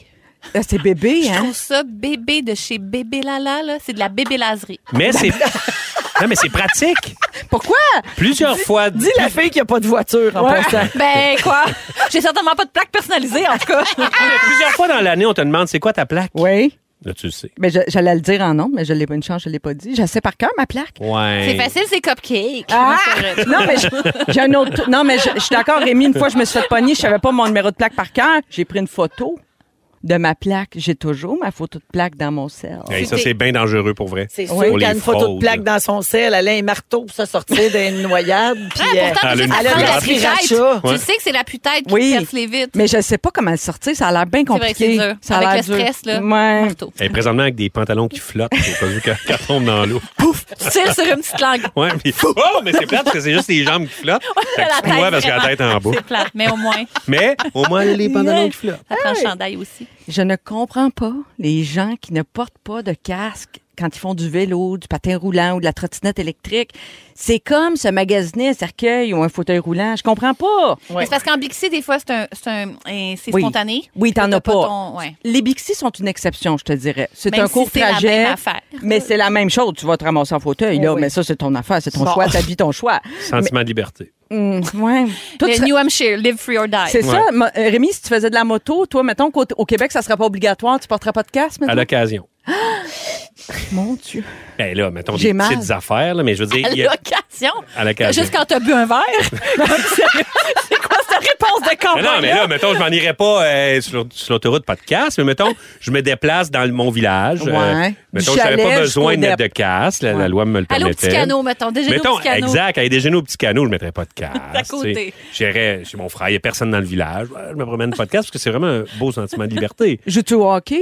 Speaker 10: Euh, C'est bébé,
Speaker 9: Je
Speaker 10: hein?
Speaker 9: trouve ça bébé de chez Bébé Lala, là. C'est de la bébé laserie.
Speaker 11: Mais c'est. Non, mais c'est pratique.
Speaker 10: Pourquoi?
Speaker 11: Plusieurs fois.
Speaker 3: Dis la fille qui a pas de voiture en passant.
Speaker 9: Ben, quoi? J'ai certainement pas de plaque personnalisée, en tout cas.
Speaker 11: Ah, mais plusieurs fois dans l'année, on te demande c'est quoi ta plaque.
Speaker 10: Oui.
Speaker 11: Là, tu le sais.
Speaker 10: Mais Ben, je- j'allais le dire en nom, mais je l'ai pas une chance, je l'ai pas dit. Je sais par cœur ma plaque.
Speaker 11: Ouais.
Speaker 9: C'est facile, c'est cupcake.
Speaker 10: Ah!
Speaker 9: Non, c'est vrai.
Speaker 10: Non, mais je- j'ai un autre. Non, mais je, je suis d'accord, Rémi. Une fois, je me suis fait pogner, je savais pas mon numéro de plaque par cœur. J'ai pris une photo de ma plaque. J'ai toujours ma photo de plaque dans mon cell.
Speaker 9: Oh.
Speaker 11: Hey, ça, c'est bien dangereux pour vrai.
Speaker 3: C'est sûr
Speaker 11: Pour
Speaker 3: qu'elle a
Speaker 11: les
Speaker 3: une photo de
Speaker 11: fraudes.
Speaker 3: plaque dans son sel, elle a un marteau pour se sortir d'une noyade. Puis,
Speaker 9: Ah,
Speaker 3: euh,
Speaker 9: pourtant,
Speaker 11: Elle
Speaker 9: tu
Speaker 11: a une
Speaker 9: sais, ça
Speaker 3: elle a
Speaker 9: prend
Speaker 3: de
Speaker 9: la
Speaker 3: la
Speaker 9: putette.
Speaker 3: sriracha.
Speaker 9: Tu sais que c'est la putette qui
Speaker 10: Oui.
Speaker 9: perce les vitres.
Speaker 10: Mais je sais pas comment le sortir. Ça a l'air bien
Speaker 9: C'est vrai que
Speaker 10: compliqué.
Speaker 9: c'est dur.
Speaker 10: Ça a
Speaker 9: Avec
Speaker 10: l'air
Speaker 9: le stress, là,
Speaker 10: dur. Ouais.
Speaker 9: Marteau.
Speaker 11: Elle est présentement avec des pantalons qui flottent au cas où qu'elle qu'elle tombe dans l'eau.
Speaker 9: Tu tires sur une petite langue.
Speaker 11: Ouais, puis- Oh, mais c'est plate parce que c'est juste les jambes qui flottent. Fait que
Speaker 9: La
Speaker 11: tu vois
Speaker 9: tête,
Speaker 11: parce que la
Speaker 9: vraiment.
Speaker 11: tête est en bas.
Speaker 9: C'est plate, mais au moins,
Speaker 11: Mais au moins, les pantalons qui flottent.
Speaker 9: ça prend le chandail aussi.
Speaker 10: Je ne comprends pas les gens qui ne portent pas de casque quand ils font du vélo, du patin roulant ou de la trottinette électrique. C'est comme se magasiner un cercueil ou un fauteuil roulant. Je comprends pas.
Speaker 9: Mais C'est parce qu'en Bixi, des fois, c'est un, c'est un- un- c'est
Speaker 10: Oui.
Speaker 9: spontané.
Speaker 10: Oui, t'en
Speaker 9: T'as
Speaker 10: as pas.
Speaker 9: ton- ouais.
Speaker 10: Les Bixi sont une exception, je te dirais. C'est
Speaker 9: Même
Speaker 10: un
Speaker 9: si
Speaker 10: court
Speaker 9: c'est la
Speaker 10: trajet.
Speaker 9: même affaire. Oh
Speaker 10: Mais c'est la même chose. Tu vas te ramasser en fauteuil, là.
Speaker 3: Oui.
Speaker 10: Mais ça, c'est ton affaire. C'est ton
Speaker 3: Bon.
Speaker 10: choix. T'habilles ton choix.
Speaker 11: Sentiment de liberté.
Speaker 10: Hum, ouais. Toi,
Speaker 9: Le
Speaker 10: tu serais-
Speaker 9: New Hampshire, live free or die.
Speaker 10: C'est ça. Ma- euh, Rémi, si tu faisais de la moto, toi, mettons qu'au au Québec, ça serait pas obligatoire. Tu porterais pas de casque,
Speaker 11: À
Speaker 10: mettons?
Speaker 11: l'occasion.
Speaker 10: Mon Dieu.
Speaker 11: Ben là, mettons
Speaker 10: J'ai
Speaker 11: des
Speaker 10: mal.
Speaker 11: petites affaires, là, mais je veux dire,
Speaker 9: À
Speaker 11: il y a- Ah.
Speaker 9: l'occasion.
Speaker 11: à l'occasion.
Speaker 9: Juste quand t'as bu un verre. c'est quoi cette réponse de
Speaker 11: Mais non, mais là, mettons, je m'en irais pas euh, sur, sur l'autoroute pas de casque, mais mettons, je me déplace dans le- mon village.
Speaker 10: Ouais. Du
Speaker 11: mettons, je n'avais
Speaker 10: chalet
Speaker 11: pas besoin de
Speaker 10: jusqu'au
Speaker 11: mettre de casque, la, la
Speaker 10: Ouais.
Speaker 11: loi me le
Speaker 9: Allô,
Speaker 11: permettait.
Speaker 9: petit canot, mettons. Déjeuner au
Speaker 11: Mettons,
Speaker 9: petit canot.
Speaker 11: exact, avec des genoux au petit canot, je mettrais pas de casque.
Speaker 9: D'à côté.
Speaker 11: tu sais. J'irais chez mon frère, il n'y a personne dans le village. Ouais, Je me promène pas de casque parce que c'est vraiment un beau sentiment de liberté.
Speaker 10: Joues-tu au hockey?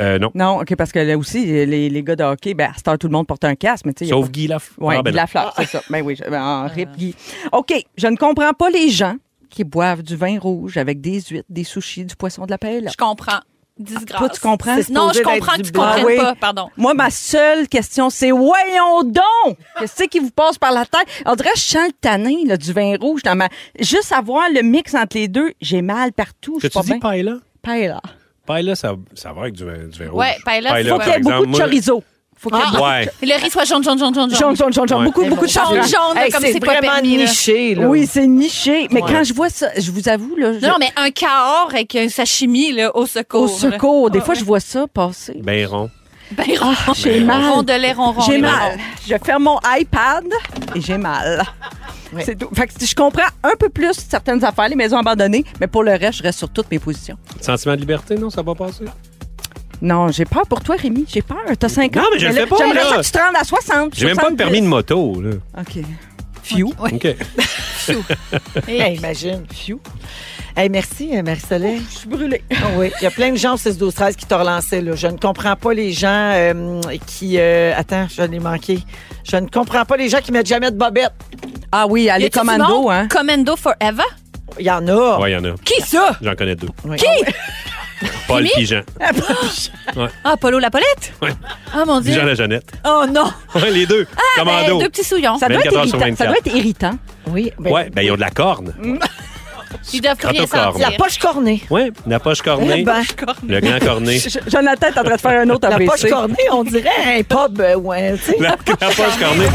Speaker 11: Euh, non.
Speaker 10: Non, OK, parce que là aussi, les, les gars de hockey, ben, à cette heure, tout le monde porte un casque, mais tu sais. il y a
Speaker 11: Sauf
Speaker 10: pas-
Speaker 11: Guy Laf.
Speaker 10: Oui,
Speaker 11: Ah, ben
Speaker 10: de
Speaker 11: non.
Speaker 10: la fleur, c'est ça. Ben oui, je- ben, en rip, Guy. OK, je ne comprends pas les gens qui boivent du vin rouge avec des huîtres, des sushis, du poisson de la paella.
Speaker 9: Je comprends. Disgrâce.
Speaker 10: Ah, Toi, tu comprends? C'est
Speaker 9: Non, je
Speaker 3: supposé
Speaker 9: comprends que
Speaker 3: d'être
Speaker 9: tu
Speaker 3: du blanc.
Speaker 9: comprennes
Speaker 10: Ah oui.
Speaker 9: pas, pardon.
Speaker 10: Moi, ma seule question, c'est voyons donc! Qu'est-ce qui vous passe par la tête? On dirait que je sens le tanin là, du vin rouge dans ma. Juste avoir le mix entre les deux, j'ai mal partout. Je suis
Speaker 11: T'as-tu
Speaker 10: pas
Speaker 11: dit paella?
Speaker 10: bien. Paella.
Speaker 11: Paella, ça, ça va avec du vin, du vin
Speaker 9: Ouais,
Speaker 11: rouge.
Speaker 9: paella, c'est-
Speaker 10: Faut
Speaker 9: Ouais,
Speaker 10: qu'il y
Speaker 11: par
Speaker 10: ait beaucoup de
Speaker 11: exemple, moi,
Speaker 10: chorizo. Faut
Speaker 9: Ah,
Speaker 10: que-
Speaker 9: ah, Le riz soit jaune, jaune, jaune, jaune.
Speaker 10: Jaune, jaune, jaune, jaune. Beaucoup, beaucoup de
Speaker 9: jaune.
Speaker 10: choses.
Speaker 9: Jaune,
Speaker 10: Hey,
Speaker 9: comme c'est pas
Speaker 10: vraiment
Speaker 9: permis, là.
Speaker 10: niché. Oui, c'est niché. Mais
Speaker 9: Ouais.
Speaker 10: quand je vois ça, je vous avoue, là. je-
Speaker 9: Non, non, mais un cahors avec un sashimi, là, au secours.
Speaker 10: Au
Speaker 9: là. Ah,
Speaker 10: secours. Des fois, je vois ça passer. Ah,
Speaker 11: Ben rond.
Speaker 9: Ben, rond.
Speaker 10: J'ai mal.
Speaker 9: Rond de lait, rond, rond,
Speaker 10: J'ai
Speaker 9: les
Speaker 10: mal. Je ferme mon iPad et j'ai mal. C'est tout. Fait que je comprends un peu plus certaines affaires, les maisons abandonnées, mais pour le reste, je reste sur toutes mes positions.
Speaker 11: Sentiment de liberté, non, ça va passer?
Speaker 10: Non, j'ai peur pour toi, Rémi. J'ai peur. T'as 50
Speaker 11: Non, mais je le fais pas,
Speaker 10: J'aimerais
Speaker 11: là.
Speaker 10: ça que tu te rendes à 60.
Speaker 11: J'ai même pas de permis de moto, là.
Speaker 10: OK. Fiu.
Speaker 11: OK.
Speaker 3: Hey, imagine. Fiu. Hey, merci, euh, Marie-Soleil. Je suis brûlée. Ah oui, il y a plein de gens au 6 12 13 qui t'ont relancé. Là. Je ne comprends pas les gens euh, qui... euh, attends, je l'ai manqué. Je ne comprends pas les gens qui mettent jamais de bobette.
Speaker 10: Ah oui,
Speaker 9: Y a-tu du monde? Commando forever?
Speaker 3: Il y en a.
Speaker 11: Ouais, il y en a.
Speaker 9: Qui ça?
Speaker 11: J'en connais deux.
Speaker 9: Qui?
Speaker 10: Ah,
Speaker 11: Paul
Speaker 9: Rémi?
Speaker 11: puis Jean. Ouais.
Speaker 9: Ah, Polo la Paulette?
Speaker 11: Ouais.
Speaker 9: Ah, mon
Speaker 11: Jean
Speaker 9: Dieu.
Speaker 11: la Jeannette.
Speaker 9: Oh non.
Speaker 11: Ouais, les deux.
Speaker 9: Ah,
Speaker 11: Commando.
Speaker 9: ben, deux petits souillons.
Speaker 11: Ça doit être 24 heures sur irritant. Ça 24. doit
Speaker 10: irritant.
Speaker 3: Oui.
Speaker 11: Ouais, ben ils ont de la corne.
Speaker 9: Ils doivent
Speaker 11: Crotte au
Speaker 9: rien
Speaker 11: corps,
Speaker 9: sentir.
Speaker 11: moi.
Speaker 3: poche cornée.
Speaker 11: Ouais, la poche
Speaker 3: Eh
Speaker 11: cornée.
Speaker 3: ben.
Speaker 11: Le grand corné.
Speaker 10: Jonathan est en train de faire un autre
Speaker 3: La
Speaker 10: AVC.
Speaker 3: poche cornée, on dirait un pub. euh, ouais, tu sais.
Speaker 11: La, la poche cornée.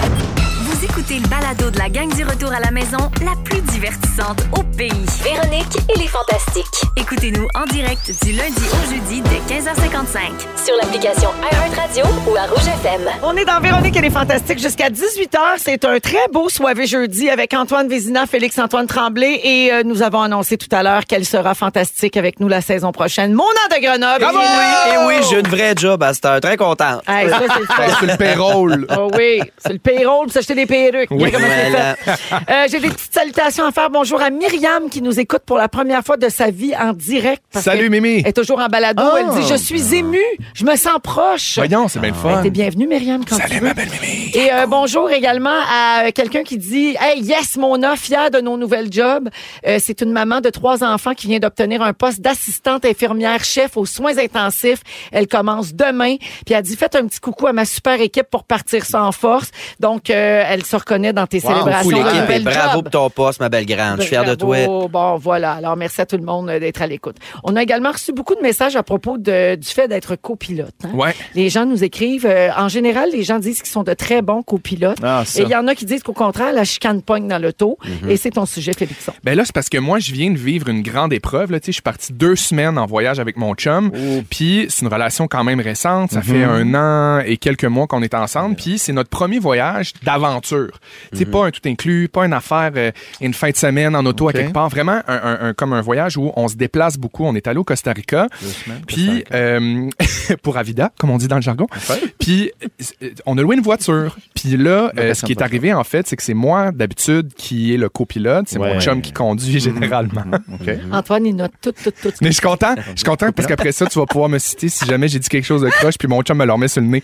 Speaker 1: Vous écoutez le balado de la gang du retour à la maison, la plus divertissante au pays.
Speaker 2: Véronique et les Fantastiques.
Speaker 1: Écoutez-nous en direct du lundi au jeudi dès 15h55.
Speaker 2: Sur l'application iHeartRadio ou à Rouge FM.
Speaker 3: On est dans Véronique et les Fantastiques jusqu'à 18h. C'est un très beau soirée jeudi avec Antoine Vézina, Félix-Antoine Tremblay et euh, nous avons annoncé tout à l'heure qu'elle sera fantastique avec nous la saison prochaine. Mon an de Grenoble.
Speaker 12: Et oui, et oui, j'ai une vraie job à cette heure. Très content.
Speaker 3: Hey, ça, c'est Ah le fun.
Speaker 12: Sur le payroll.
Speaker 3: Ah oui, c'est le payroll pour s'acheter des perruques.
Speaker 12: Oui,
Speaker 3: Comment c'est
Speaker 12: voilà.
Speaker 3: fait? Euh, J'ai des petites salutations à faire. Bonjour à Myriam qui nous écoute pour la première fois de sa vie en direct.
Speaker 12: Salut,
Speaker 3: qu'elle-
Speaker 12: Mimi.
Speaker 3: Elle est toujours en balado.
Speaker 12: Ah.
Speaker 3: Elle dit Je suis émue, je me sens proche.
Speaker 12: Voyons, c'est bien le fun.
Speaker 3: Ben, T'es bienvenue, Myriam, quand tu veux. Et euh, bonjour également à euh, quelqu'un qui dit Hey, yes, Mona, fière de nos nouvelles jobs. Euh, c'est une maman de trois enfants qui vient d'obtenir un poste d'assistante infirmière chef aux soins intensifs. Elle commence demain. Puis elle dit Faites un petit coucou à ma super équipe pour partir sans force. Donc, euh, elle se reconnaît dans tes
Speaker 12: Wow,
Speaker 3: célébrations.
Speaker 12: fou,
Speaker 3: de
Speaker 12: l'équipe, et
Speaker 3: nouvelles
Speaker 12: bravo
Speaker 3: jobs.
Speaker 12: pour ton poste, ma belle grande. Je suis fier de toi.
Speaker 3: Bravo. Bon, voilà. Alors, merci à tout le monde euh, d'être à l'écoute. On a également reçu beaucoup de messages à propos de- du fait d'être copilote. hein.
Speaker 12: Ouais.
Speaker 3: Les gens nous écrivent. euh, en général, les gens disent qu'ils sont de très bons copilotes.
Speaker 13: Ah, ça.
Speaker 3: Et il y en a qui disent qu'au contraire, la chicane pogne dans l'auto.
Speaker 13: Mhm.
Speaker 3: Et c'est ton sujet, Félixon.
Speaker 13: Ben là, c'est parce que moi, je viens de vivre une grande épreuve. Là. Tu sais, Je suis parti deux semaines en voyage avec mon chum. Puis c'est une relation quand même récente. Ça
Speaker 14: Mhm.
Speaker 13: fait un an et quelques mois qu'on est ensemble. Puis c'est notre premier voyage d'aventure. C'est pas un tout inclus, pas une affaire, euh, une fin de semaine en auto
Speaker 14: Ok.
Speaker 13: à quelque part. Vraiment, un, un- un- comme un voyage où on se déplace beaucoup. On est allé au Costa Rica. Puis, euh, pour Avida, comme on dit dans le jargon. Puis, euh, on a loué une voiture. Puis là, euh, ce qui est arrivé, en fait, c'est que c'est moi, d'habitude, qui est le copilote. C'est
Speaker 14: Ouais. Mhm.
Speaker 13: mon chum qui conduit généralement.
Speaker 3: Antoine, il note tout, tout, tout.
Speaker 13: Mhm. Mais je suis content. Je suis content parce qu'après ça, tu vas pouvoir me citer si jamais j'ai dit quelque chose de croche, puis mon chum me le remet sur le nez.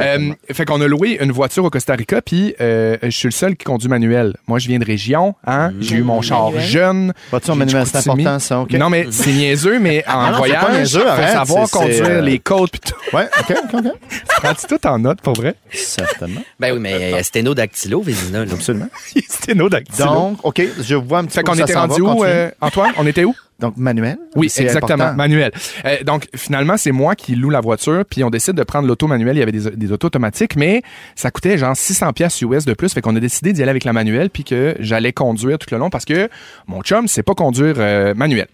Speaker 13: Euh, fait qu'on a loué une voiture au Costa Rica, puis euh, je suis le seul qui conduit manuel. Moi, je viens de région, hein. J'ai eu mon char
Speaker 14: Manuel.
Speaker 13: jeune.
Speaker 14: Voiture
Speaker 13: J'ai
Speaker 14: Mhm. manuel,
Speaker 13: du
Speaker 14: c'est
Speaker 13: Chicoutimi.
Speaker 14: important, ça, ok.
Speaker 13: Non, mais c'est niaiseux, mais en
Speaker 14: Ah non, c'est
Speaker 13: voyage,
Speaker 14: pas niaiseux, arrête,
Speaker 13: faut savoir
Speaker 14: c'est- c'est,
Speaker 13: conduire
Speaker 14: euh,
Speaker 13: les côtes, puis tout. Ouais, OK, OK, OK. tu prends-tu tout en note, pour vrai?
Speaker 14: Certainement.
Speaker 12: Ben oui, mais euh, sténodactylo, Vézina.
Speaker 14: Absolument.
Speaker 13: sténodactylo.
Speaker 14: Donc, OK, je vois un petit
Speaker 13: Fait
Speaker 14: peu où
Speaker 13: qu'on
Speaker 14: ça
Speaker 13: était
Speaker 14: s'en
Speaker 13: rendu
Speaker 14: va,
Speaker 13: où,
Speaker 14: continue.
Speaker 13: euh, Antoine? On était où?
Speaker 14: Donc, manuel.
Speaker 13: Oui,
Speaker 14: c'est
Speaker 13: exactement,
Speaker 14: important.
Speaker 13: manuel. Euh, donc, finalement, c'est moi qui loue la voiture, puis on décide de prendre l'auto manuelle. Il y avait des, des autos automatiques, mais ça coûtait genre 600 pièces US de plus. Fait qu'on a décidé d'y aller avec la manuelle, puis que j'allais conduire tout le long, parce que mon chum, c'est pas conduire euh, manuel.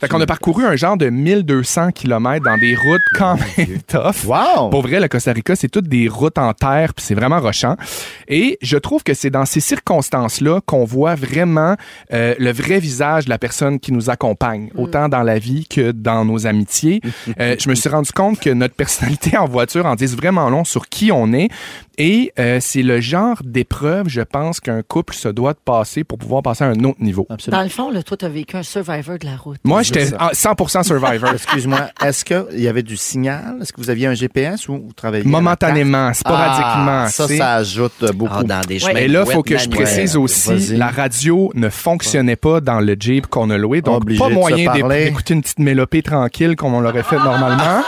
Speaker 13: Fait qu'on a parcouru un genre de 1200 km dans des routes quand même tough. Pour vrai, le Costa Rica, c'est toutes des routes en terre, puis c'est vraiment rochant. Et je trouve que c'est dans ces circonstances-là qu'on voit vraiment euh, le vrai visage de la personne qui nous accompagne,
Speaker 3: Mm.
Speaker 13: autant dans la vie que dans nos amitiés. Euh, je me suis rendu compte que notre personnalité en voiture en dit vraiment long sur qui on est. Et euh, c'est le genre d'épreuve, je pense, qu'un couple se doit de passer pour pouvoir passer à un autre niveau.
Speaker 3: Dans le fond, là, toi, t'as vécu un survivor de la route.
Speaker 13: Moi, j'étais à 100% survivor.
Speaker 14: Excuse-moi, est-ce qu'il y avait du signal? Est-ce que vous aviez un GPS ou vous travailliez? à la
Speaker 13: Momentanément,
Speaker 14: carte?
Speaker 13: sporadiquement.
Speaker 14: Ah, ça,
Speaker 13: c'est-
Speaker 14: ça ajoute beaucoup.
Speaker 13: Ouais. Mais là, il faut que je précise aussi, la radio ne fonctionnait pas dans le Jeep qu'on a loué, donc
Speaker 14: Obligé
Speaker 13: pas
Speaker 14: obligé de se
Speaker 13: moyen d'é-
Speaker 14: parler.
Speaker 13: d'écouter une petite mélopée tranquille comme on l'aurait fait normalement.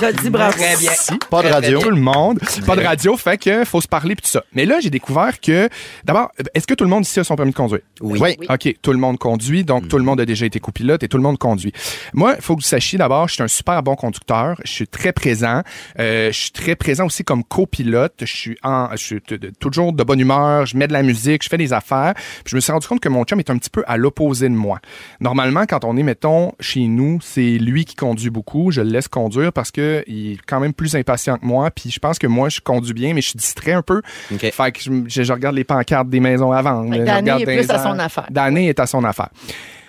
Speaker 3: Je dis bravo.
Speaker 14: Très bien. Pas de radio.
Speaker 13: Tout le monde. Pas de radio, fait que faut se parler puis tout ça. Mais là, j'ai découvert que, d'abord, est-ce que tout le monde ici a son permis de conduire? Oui. OK, tout le monde conduit, donc tout le
Speaker 14: Mhm.
Speaker 13: monde a déjà été copilote et tout le monde conduit. Moi, il faut que vous sachiez d'abord, je suis un super bon conducteur, je suis très présent, euh, je suis très présent aussi comme copilote, je suis, en, je suis t- t- toujours de bonne humeur, je mets de la musique, je fais des affaires. Puis je me suis rendu compte que mon chum est un petit peu à l'opposé de moi. Normalement, quand on est, mettons, chez nous, c'est lui qui conduit beaucoup, je le laisse conduire parce que il est quand même plus impatient que moi, puis je pense que moi, je conduis bien, mais je suis distrait un peu. Fait que je, je- je regarde les pancartes des maisons avant. je
Speaker 3: Danny
Speaker 13: regarde
Speaker 3: est
Speaker 13: dans
Speaker 3: plus
Speaker 13: les
Speaker 3: à son
Speaker 13: airs.
Speaker 3: affaire.
Speaker 13: Danny est à son affaire.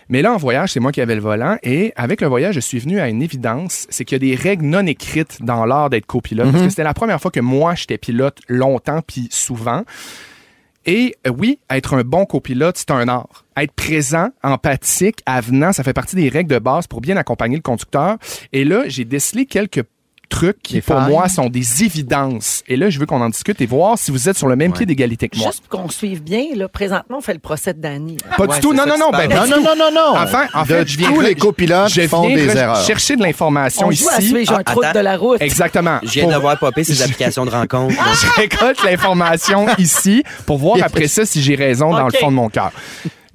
Speaker 13: Mais là, en voyage, c'est moi qui avais le volant. Et avec le voyage, je suis venu à une évidence, c'est qu'il y a des règles non écrites dans l'art d'être copilote.
Speaker 3: Mhm.
Speaker 13: Parce que c'était la première fois que moi, j'étais pilote longtemps, puis souvent. Et euh, oui, être un bon copilote, c'est un art. Être présent, empathique, avenant, ça fait partie des règles de base pour bien accompagner le conducteur. Et là, j'ai décelé quelques trucs qui, pour
Speaker 14: failles.
Speaker 13: moi, sont des évidences. Et là, je veux qu'on en discute et voir si vous êtes sur le même pied d'égalité que moi.
Speaker 3: Juste pour qu'on suive bien, là, présentement, on fait le procès de Danny.
Speaker 13: Pas du tout, non, non, non, ben, pas du
Speaker 14: non,
Speaker 13: tout.
Speaker 14: non, non, non.
Speaker 13: Enfin, en
Speaker 14: De-
Speaker 13: fait,
Speaker 14: tous les copilotes
Speaker 13: je
Speaker 14: font
Speaker 13: viens
Speaker 14: des
Speaker 13: re-
Speaker 14: erreurs.
Speaker 13: Chercher de l'information
Speaker 14: On
Speaker 13: ici.
Speaker 14: joue à suivre, j'ai un Ah, croûte attends. de la route.
Speaker 13: Exactement.
Speaker 12: Je viens
Speaker 13: Pour-
Speaker 12: de voir popper ces applications de rencontre.
Speaker 13: je récolte l'information ici pour voir après ça si j'ai raison dans
Speaker 12: OK.
Speaker 13: le fond de mon cœur.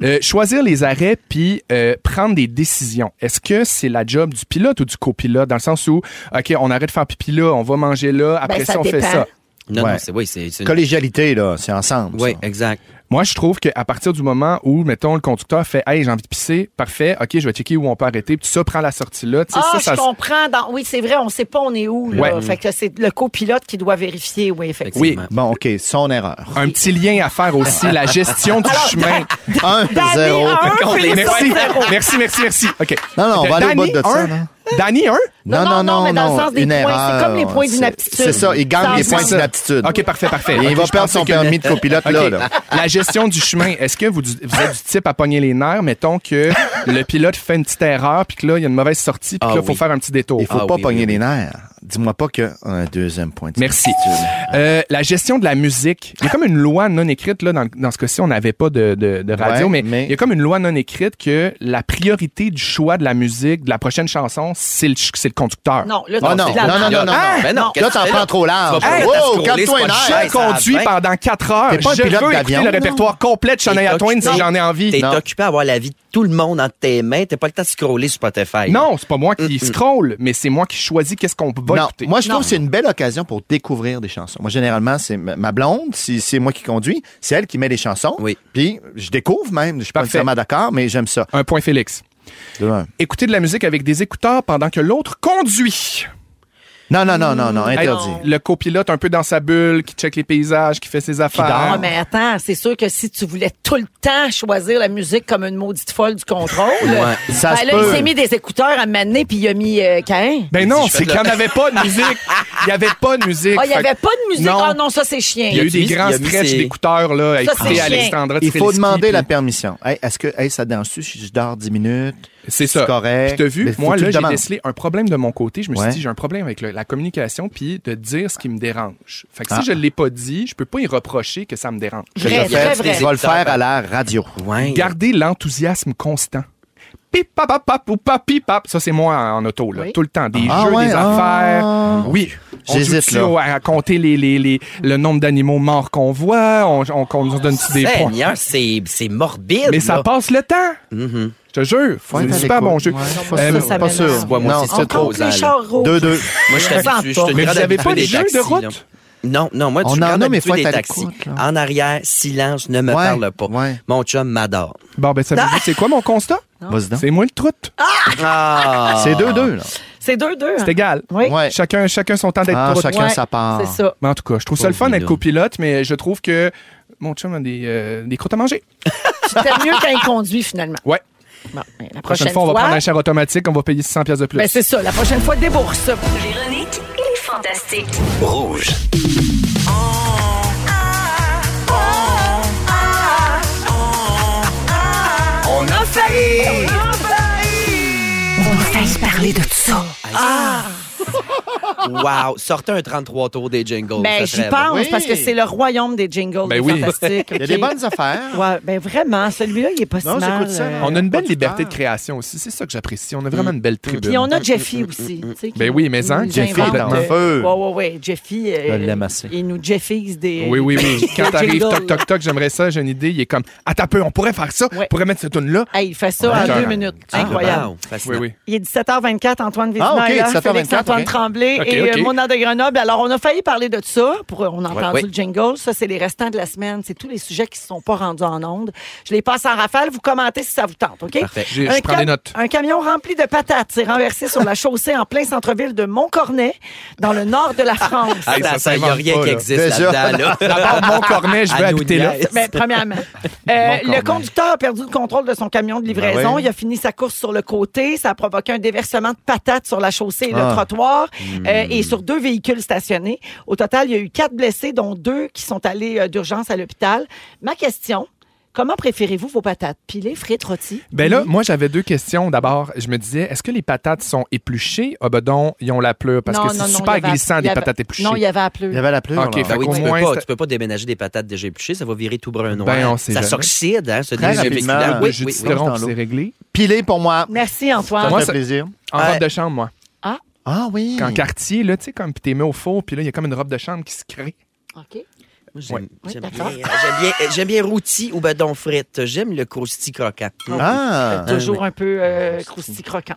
Speaker 13: Euh, choisir les arrêts puis euh, prendre des décisions. Est-ce que c'est la job du pilote ou du copilote dans le sens où OK, on arrête de faire pipi là, on va manger
Speaker 14: Ben,
Speaker 13: là, après ça, on fait ça.
Speaker 12: Non,
Speaker 13: Ouais.
Speaker 12: non, c'est oui, c'est c'est une-
Speaker 14: Collégialité, là, c'est ensemble.
Speaker 12: Oui, exact.
Speaker 13: Moi, je trouve qu'à partir du moment où, mettons, le conducteur fait Hey, j'ai envie de pisser, parfait, OK, je vais checker où on peut arrêter, puis ça, prends la sortie là. Tu sais,
Speaker 3: Ah,
Speaker 13: ça,
Speaker 3: je
Speaker 13: ça-
Speaker 3: comprends. Dans- Oui, c'est vrai, on sait pas on est où. Là.
Speaker 13: Ouais.
Speaker 3: Fait que c'est le copilote qui doit vérifier, oui, effectivement.
Speaker 13: Oui.
Speaker 14: Bon, OK, son erreur.
Speaker 13: Un petit lien à faire aussi, la gestion du chemin.
Speaker 14: 1 0
Speaker 13: Merci, merci, merci, merci. OK.
Speaker 14: Non, non, on va aller au
Speaker 13: Danny,
Speaker 14: bout de ça,
Speaker 13: un.
Speaker 14: non?
Speaker 13: Danny, un?
Speaker 14: Non, non, non, non,
Speaker 3: mais dans le sens des
Speaker 14: une
Speaker 3: points,
Speaker 14: erreur.
Speaker 3: c'est comme les points d'inaptitude.
Speaker 14: C'est ça, il gagne
Speaker 3: Ça
Speaker 14: les
Speaker 3: se
Speaker 14: points
Speaker 3: mange.
Speaker 14: d'inaptitude.
Speaker 13: OK, parfait,
Speaker 14: Et
Speaker 13: parfait.
Speaker 14: il va
Speaker 13: OK, je
Speaker 14: perdre
Speaker 13: pensais
Speaker 14: son
Speaker 13: que-
Speaker 14: permis de copilote, là,
Speaker 13: OK.
Speaker 14: là.
Speaker 13: La gestion du chemin, est-ce que vous, du- vous êtes du type à pogner les nerfs? Mettons que le pilote fait une petite erreur, puis que là, il y a une mauvaise sortie, puis que
Speaker 14: Ah
Speaker 13: là, il faut
Speaker 14: oui.
Speaker 13: faire un petit détour. Ah
Speaker 14: Il faut pas pogner les nerfs. Dis-moi pas que un deuxième point.
Speaker 13: Merci. Euh, la gestion de la musique. Il y a comme une loi non écrite, là, dans, dans ce cas-ci, on n'avait pas de, de- de radio,
Speaker 14: Ouais,
Speaker 13: mais,
Speaker 14: mais-
Speaker 13: il y a comme une loi non écrite que la priorité du choix de la musique, de la prochaine chanson, c'est le, ch- c'est le conducteur.
Speaker 3: Non, là,
Speaker 14: non, Ah non, c'est de la non, non, merde. non, non,
Speaker 13: Hein?
Speaker 14: ben non, Là, qu'est-ce t'en que tu fais, prends là? trop large. Tu vas pas
Speaker 13: Hey,
Speaker 14: pouvoir te scroller,
Speaker 13: calme-toi
Speaker 14: c'est
Speaker 13: les
Speaker 14: pas
Speaker 13: nerfs.
Speaker 14: cher,
Speaker 13: Je
Speaker 14: ça va
Speaker 13: conduis
Speaker 14: bien.
Speaker 13: pendant 4 heures.
Speaker 14: T'es pas un
Speaker 13: je veux
Speaker 14: pilote
Speaker 13: écouter
Speaker 14: d'avion.
Speaker 13: le répertoire complet de Shania Twain si j'en ai envie.
Speaker 12: T'es
Speaker 13: Non.
Speaker 12: occupé à avoir la vie de tout le monde entre tes mains. T'as pas le temps de scroller sur Spotify.
Speaker 13: Non, c'est pas moi qui scroll, mais c'est moi qui choisis qu'est-ce qu'on va
Speaker 14: Mm. Non,
Speaker 13: écouter.
Speaker 14: moi, je trouve que c'est une belle occasion pour découvrir des chansons. Moi, généralement, c'est ma ma blonde, si c'est moi qui conduis, c'est elle qui met les chansons. Oui. Puis, je découvre même. Je suis pas nécessairement d'accord, mais j'aime ça.
Speaker 13: Un point, Félix. Écouter de la musique avec des écouteurs pendant que l'autre conduit.
Speaker 14: Non, non, non, non, non, interdit.
Speaker 13: Être Le copilote un peu dans sa bulle, qui check les paysages, qui fait ses affaires.
Speaker 3: Ah, mais attends, c'est sûr que si tu voulais tout le temps choisir la musique comme une maudite folle du contrôle,
Speaker 14: Ouais, ça
Speaker 3: ben
Speaker 14: se
Speaker 3: là,
Speaker 14: peut.
Speaker 3: il s'est mis des écouteurs à m'amener puis il a mis euh, Caïn.
Speaker 13: Ben non, c'est
Speaker 14: de la-
Speaker 13: qu'il n'y avait pas de musique. Il n'y avait pas de musique.
Speaker 3: Ah, il n'y
Speaker 13: Fait
Speaker 3: avait
Speaker 13: que-
Speaker 3: pas de musique.
Speaker 13: Non.
Speaker 3: Ah non, ça, c'est chien.
Speaker 13: Il y a eu des
Speaker 14: mis-
Speaker 13: grands
Speaker 14: il a mis
Speaker 13: stretchs
Speaker 14: ses-
Speaker 13: d'écouteurs là, à
Speaker 3: Ça, c'est
Speaker 13: écouter
Speaker 3: chien.
Speaker 13: Alexandra
Speaker 14: Il faut
Speaker 13: Trileschi,
Speaker 14: demander
Speaker 13: puis-
Speaker 14: la permission. Hey, est-ce que hey, ça danse-tu si je dors 10 minutes?
Speaker 13: C'est ça.
Speaker 14: correct.
Speaker 13: Je t'ai vu,
Speaker 14: Mais faut
Speaker 13: moi,
Speaker 14: que tu
Speaker 13: là,
Speaker 14: le
Speaker 13: j'ai
Speaker 14: demandes.
Speaker 13: décelé un problème de mon côté. Je me suis
Speaker 14: Ouais.
Speaker 13: dit, j'ai un problème avec le- la communication puis de dire ce qui me dérange. Fait que
Speaker 14: Ah.
Speaker 13: si je ne l'ai pas dit, je peux pas y reprocher que ça me dérange.
Speaker 14: Je le fais, Je vais le faire à la radio.
Speaker 13: Garder l'enthousiasme constant. Pip, pap, pap, pap, ou pap, pip, pap. Ça, c'est moi en auto, là. Tout le temps. Des
Speaker 14: Ah
Speaker 13: jeux,
Speaker 14: ouais,
Speaker 13: des
Speaker 14: ah.
Speaker 13: affaires. Oui. On
Speaker 14: J'hésite,
Speaker 13: joue-tu
Speaker 14: là.
Speaker 13: au- à compter les, les- les- le nombre d'animaux morts qu'on voit. On, on, on nous donne des points.
Speaker 12: Seigneur, c'est c'est morbide.
Speaker 13: Mais ça
Speaker 12: là.
Speaker 13: passe le temps. Je te jure.
Speaker 12: Faut être
Speaker 13: C'est un
Speaker 12: à
Speaker 13: super
Speaker 12: l'écoute.
Speaker 13: bon jeu. Euh,
Speaker 12: Ouais, pas sûr, pas sûr. Ouais, moi aussi, c'est trop osal.
Speaker 14: Deux, deux.
Speaker 12: Moi, je suis habitué. Je suis une
Speaker 14: Mais
Speaker 12: grande
Speaker 14: vous avez
Speaker 12: habituée
Speaker 14: pas de
Speaker 12: des
Speaker 14: jeu de
Speaker 12: taxis,
Speaker 14: route?
Speaker 12: là. Non, non, moi, je
Speaker 14: On
Speaker 12: suis une
Speaker 14: en
Speaker 12: grande
Speaker 14: a, mais faut
Speaker 12: habituée
Speaker 14: être à
Speaker 12: des taxis.
Speaker 14: l'écoute, là.
Speaker 12: En arrière, silence, ne me
Speaker 14: Ouais,
Speaker 12: parle pas. Mon chum m'adore.
Speaker 13: Bon, ben, ça veut dire, c'est quoi mon constat? C'est moi le troute.
Speaker 12: Ah!
Speaker 14: C'est deux, deux, là.
Speaker 3: C'est deux, deux. hein.
Speaker 13: C'est égal. Chacun, chacun son temps d'être
Speaker 14: Ah,
Speaker 13: prout.
Speaker 14: chacun Ouais, sa part. c'est ça.
Speaker 13: Mais en tout cas, je trouve ça le fun
Speaker 14: Pauvre
Speaker 13: d'être
Speaker 14: Guillaume.
Speaker 13: copilote, mais je trouve que mon chum a des, euh, des croûtes à manger.
Speaker 3: C'était mieux quand il conduit, finalement.
Speaker 13: Ouais.
Speaker 3: Bon, ben,
Speaker 13: prochaine,
Speaker 3: la prochaine,
Speaker 13: fois, on va prendre un char automatique, on va payer 600 pièces de plus.
Speaker 3: Ben, c'est ça. La prochaine fois, débourse.
Speaker 1: Véronique et les Fantastiques.
Speaker 12: Rouge.
Speaker 1: On a failli! On a failli parler de tout ça. Ah!
Speaker 12: Wow! Sortez un 33 tours des jingles.
Speaker 3: Ben,
Speaker 12: ça
Speaker 3: j'y
Speaker 12: serait bon.
Speaker 3: pense parce que c'est le royaume des jingles.
Speaker 12: Ben
Speaker 3: des
Speaker 12: oui.
Speaker 3: Fantastiques,
Speaker 12: Il y a des
Speaker 3: OK?
Speaker 12: bonnes
Speaker 14: affaires.
Speaker 3: Ouais, ben vraiment, celui-là, il est pas si mal. euh,
Speaker 13: on a une belle liberté de création aussi. C'est ça que j'apprécie. On a vraiment une belle tribune.
Speaker 3: Mm. Puis on a Jeffy aussi. tu sais, qui
Speaker 13: Ben oui, mais hein,
Speaker 3: nous
Speaker 13: Jeffy,
Speaker 3: invente,
Speaker 13: complètement.
Speaker 3: euh,
Speaker 13: Feu.
Speaker 3: Ouais, ouais, ouais. Jeffy. euh,
Speaker 13: Je l'aime assez.
Speaker 3: Il nous Jeffy's des.
Speaker 13: Oui, oui,
Speaker 3: des
Speaker 13: oui. Quand t'arrives,
Speaker 3: jingles.
Speaker 13: toc, toc, toc, j'aimerais ça, j'ai une idée. Il est comme, attends un peu, on pourrait faire ça, on pourrait mettre cette tune-là.
Speaker 3: Hey, il fait ça
Speaker 13: On
Speaker 3: en
Speaker 13: écœurant.
Speaker 3: deux minutes.
Speaker 13: Ah,
Speaker 3: Incroyable.
Speaker 13: wow, fascinant. Oui, oui.
Speaker 3: Il est 17h24, Antoine Vézina
Speaker 13: Ah, ok,
Speaker 3: est là,
Speaker 13: 17h24,
Speaker 3: Félix Antoine
Speaker 13: ok.
Speaker 3: Tremblay
Speaker 13: Ok,
Speaker 3: et
Speaker 13: ok.
Speaker 3: euh, Mona de Grenoble. Alors, on a failli parler de ça. Pour, euh, on a entendu
Speaker 12: oui.
Speaker 3: le jingle. Ça, c'est les restants de la semaine. C'est tous les sujets qui ne sont pas rendus en ondes. Je les passe en rafale. Vous commentez si ça vous tente, OK?
Speaker 13: Parfait. J'ai- je prends des notes.
Speaker 3: Un camion rempli de patates s'est renversé sur la chaussée en plein centre-ville de Montcornet, dans le nord de la France.
Speaker 12: Hey, Ah, ça, ça, il n'y a
Speaker 13: s'invente
Speaker 12: rien
Speaker 13: pas,
Speaker 12: qui
Speaker 13: là.
Speaker 12: existe
Speaker 13: Déjà.
Speaker 12: là-dedans. Là.
Speaker 13: D'abord, Montcornet, je veux
Speaker 12: À nous
Speaker 13: habiter là.
Speaker 12: niaise.
Speaker 3: Ben, premièrement, euh, le conducteur a perdu le contrôle de son camion de livraison.
Speaker 12: Ben oui.
Speaker 3: Il a fini sa course sur le côté. Ça a provoqué un déversement de patates sur la chaussée et le
Speaker 12: Ah.
Speaker 3: trottoir euh, et sur deux véhicules stationnés. Au total, il y a eu quatre blessés, dont deux qui sont allés euh, d'urgence à l'hôpital. Ma question, comment préférez-vous vos patates? Pilées, frites, rôties?
Speaker 13: Ben là, moi, j'avais deux questions. D'abord, je me disais, est-ce que les patates sont épluchées? Ah, ben donc, ils ont la pleure. Parce
Speaker 3: Non,
Speaker 13: que
Speaker 3: non,
Speaker 13: c'est
Speaker 3: non,
Speaker 13: super
Speaker 3: il y avait-
Speaker 13: glissant,
Speaker 3: il y
Speaker 13: des
Speaker 3: avait-
Speaker 13: patates épluchées.
Speaker 3: Non, il y avait à pleuve.
Speaker 14: Il y avait la pleure.
Speaker 13: OK, fait
Speaker 12: Ah oui,
Speaker 13: qu'au
Speaker 12: tu, peux
Speaker 13: moins.
Speaker 12: pas,
Speaker 13: ça-
Speaker 12: tu peux pas déménager des patates déjà épluchées, ça va virer tout brun noir.
Speaker 13: Ben, on sait
Speaker 12: ça
Speaker 13: jamais.
Speaker 12: s'oxyde, hein, ce
Speaker 13: Très
Speaker 12: désir
Speaker 13: rapidement,
Speaker 12: féculent.
Speaker 13: un jus de citron, puis c'est réglé.
Speaker 14: Pilé pour moi.
Speaker 3: Merci, Antoine.
Speaker 13: Moi,
Speaker 14: fait plaisir.
Speaker 13: En
Speaker 14: Ouais.
Speaker 13: robe de chambre, moi.
Speaker 3: Ah.
Speaker 14: Ah oui.
Speaker 13: Quand quartier, là, tu sais, comme, puis t'es mis au four, puis là, il y a comme une robe de chambre qui se crée.
Speaker 3: OK.
Speaker 12: J'aime
Speaker 13: Ouais.
Speaker 12: j'aime bien,
Speaker 3: d'accord.
Speaker 12: euh, j'aime bien, euh, j'aime bien rôti ou badon frites. J'aime le crousty croquant.
Speaker 14: Ah.
Speaker 3: Toujours un peu euh, croustillant croquant.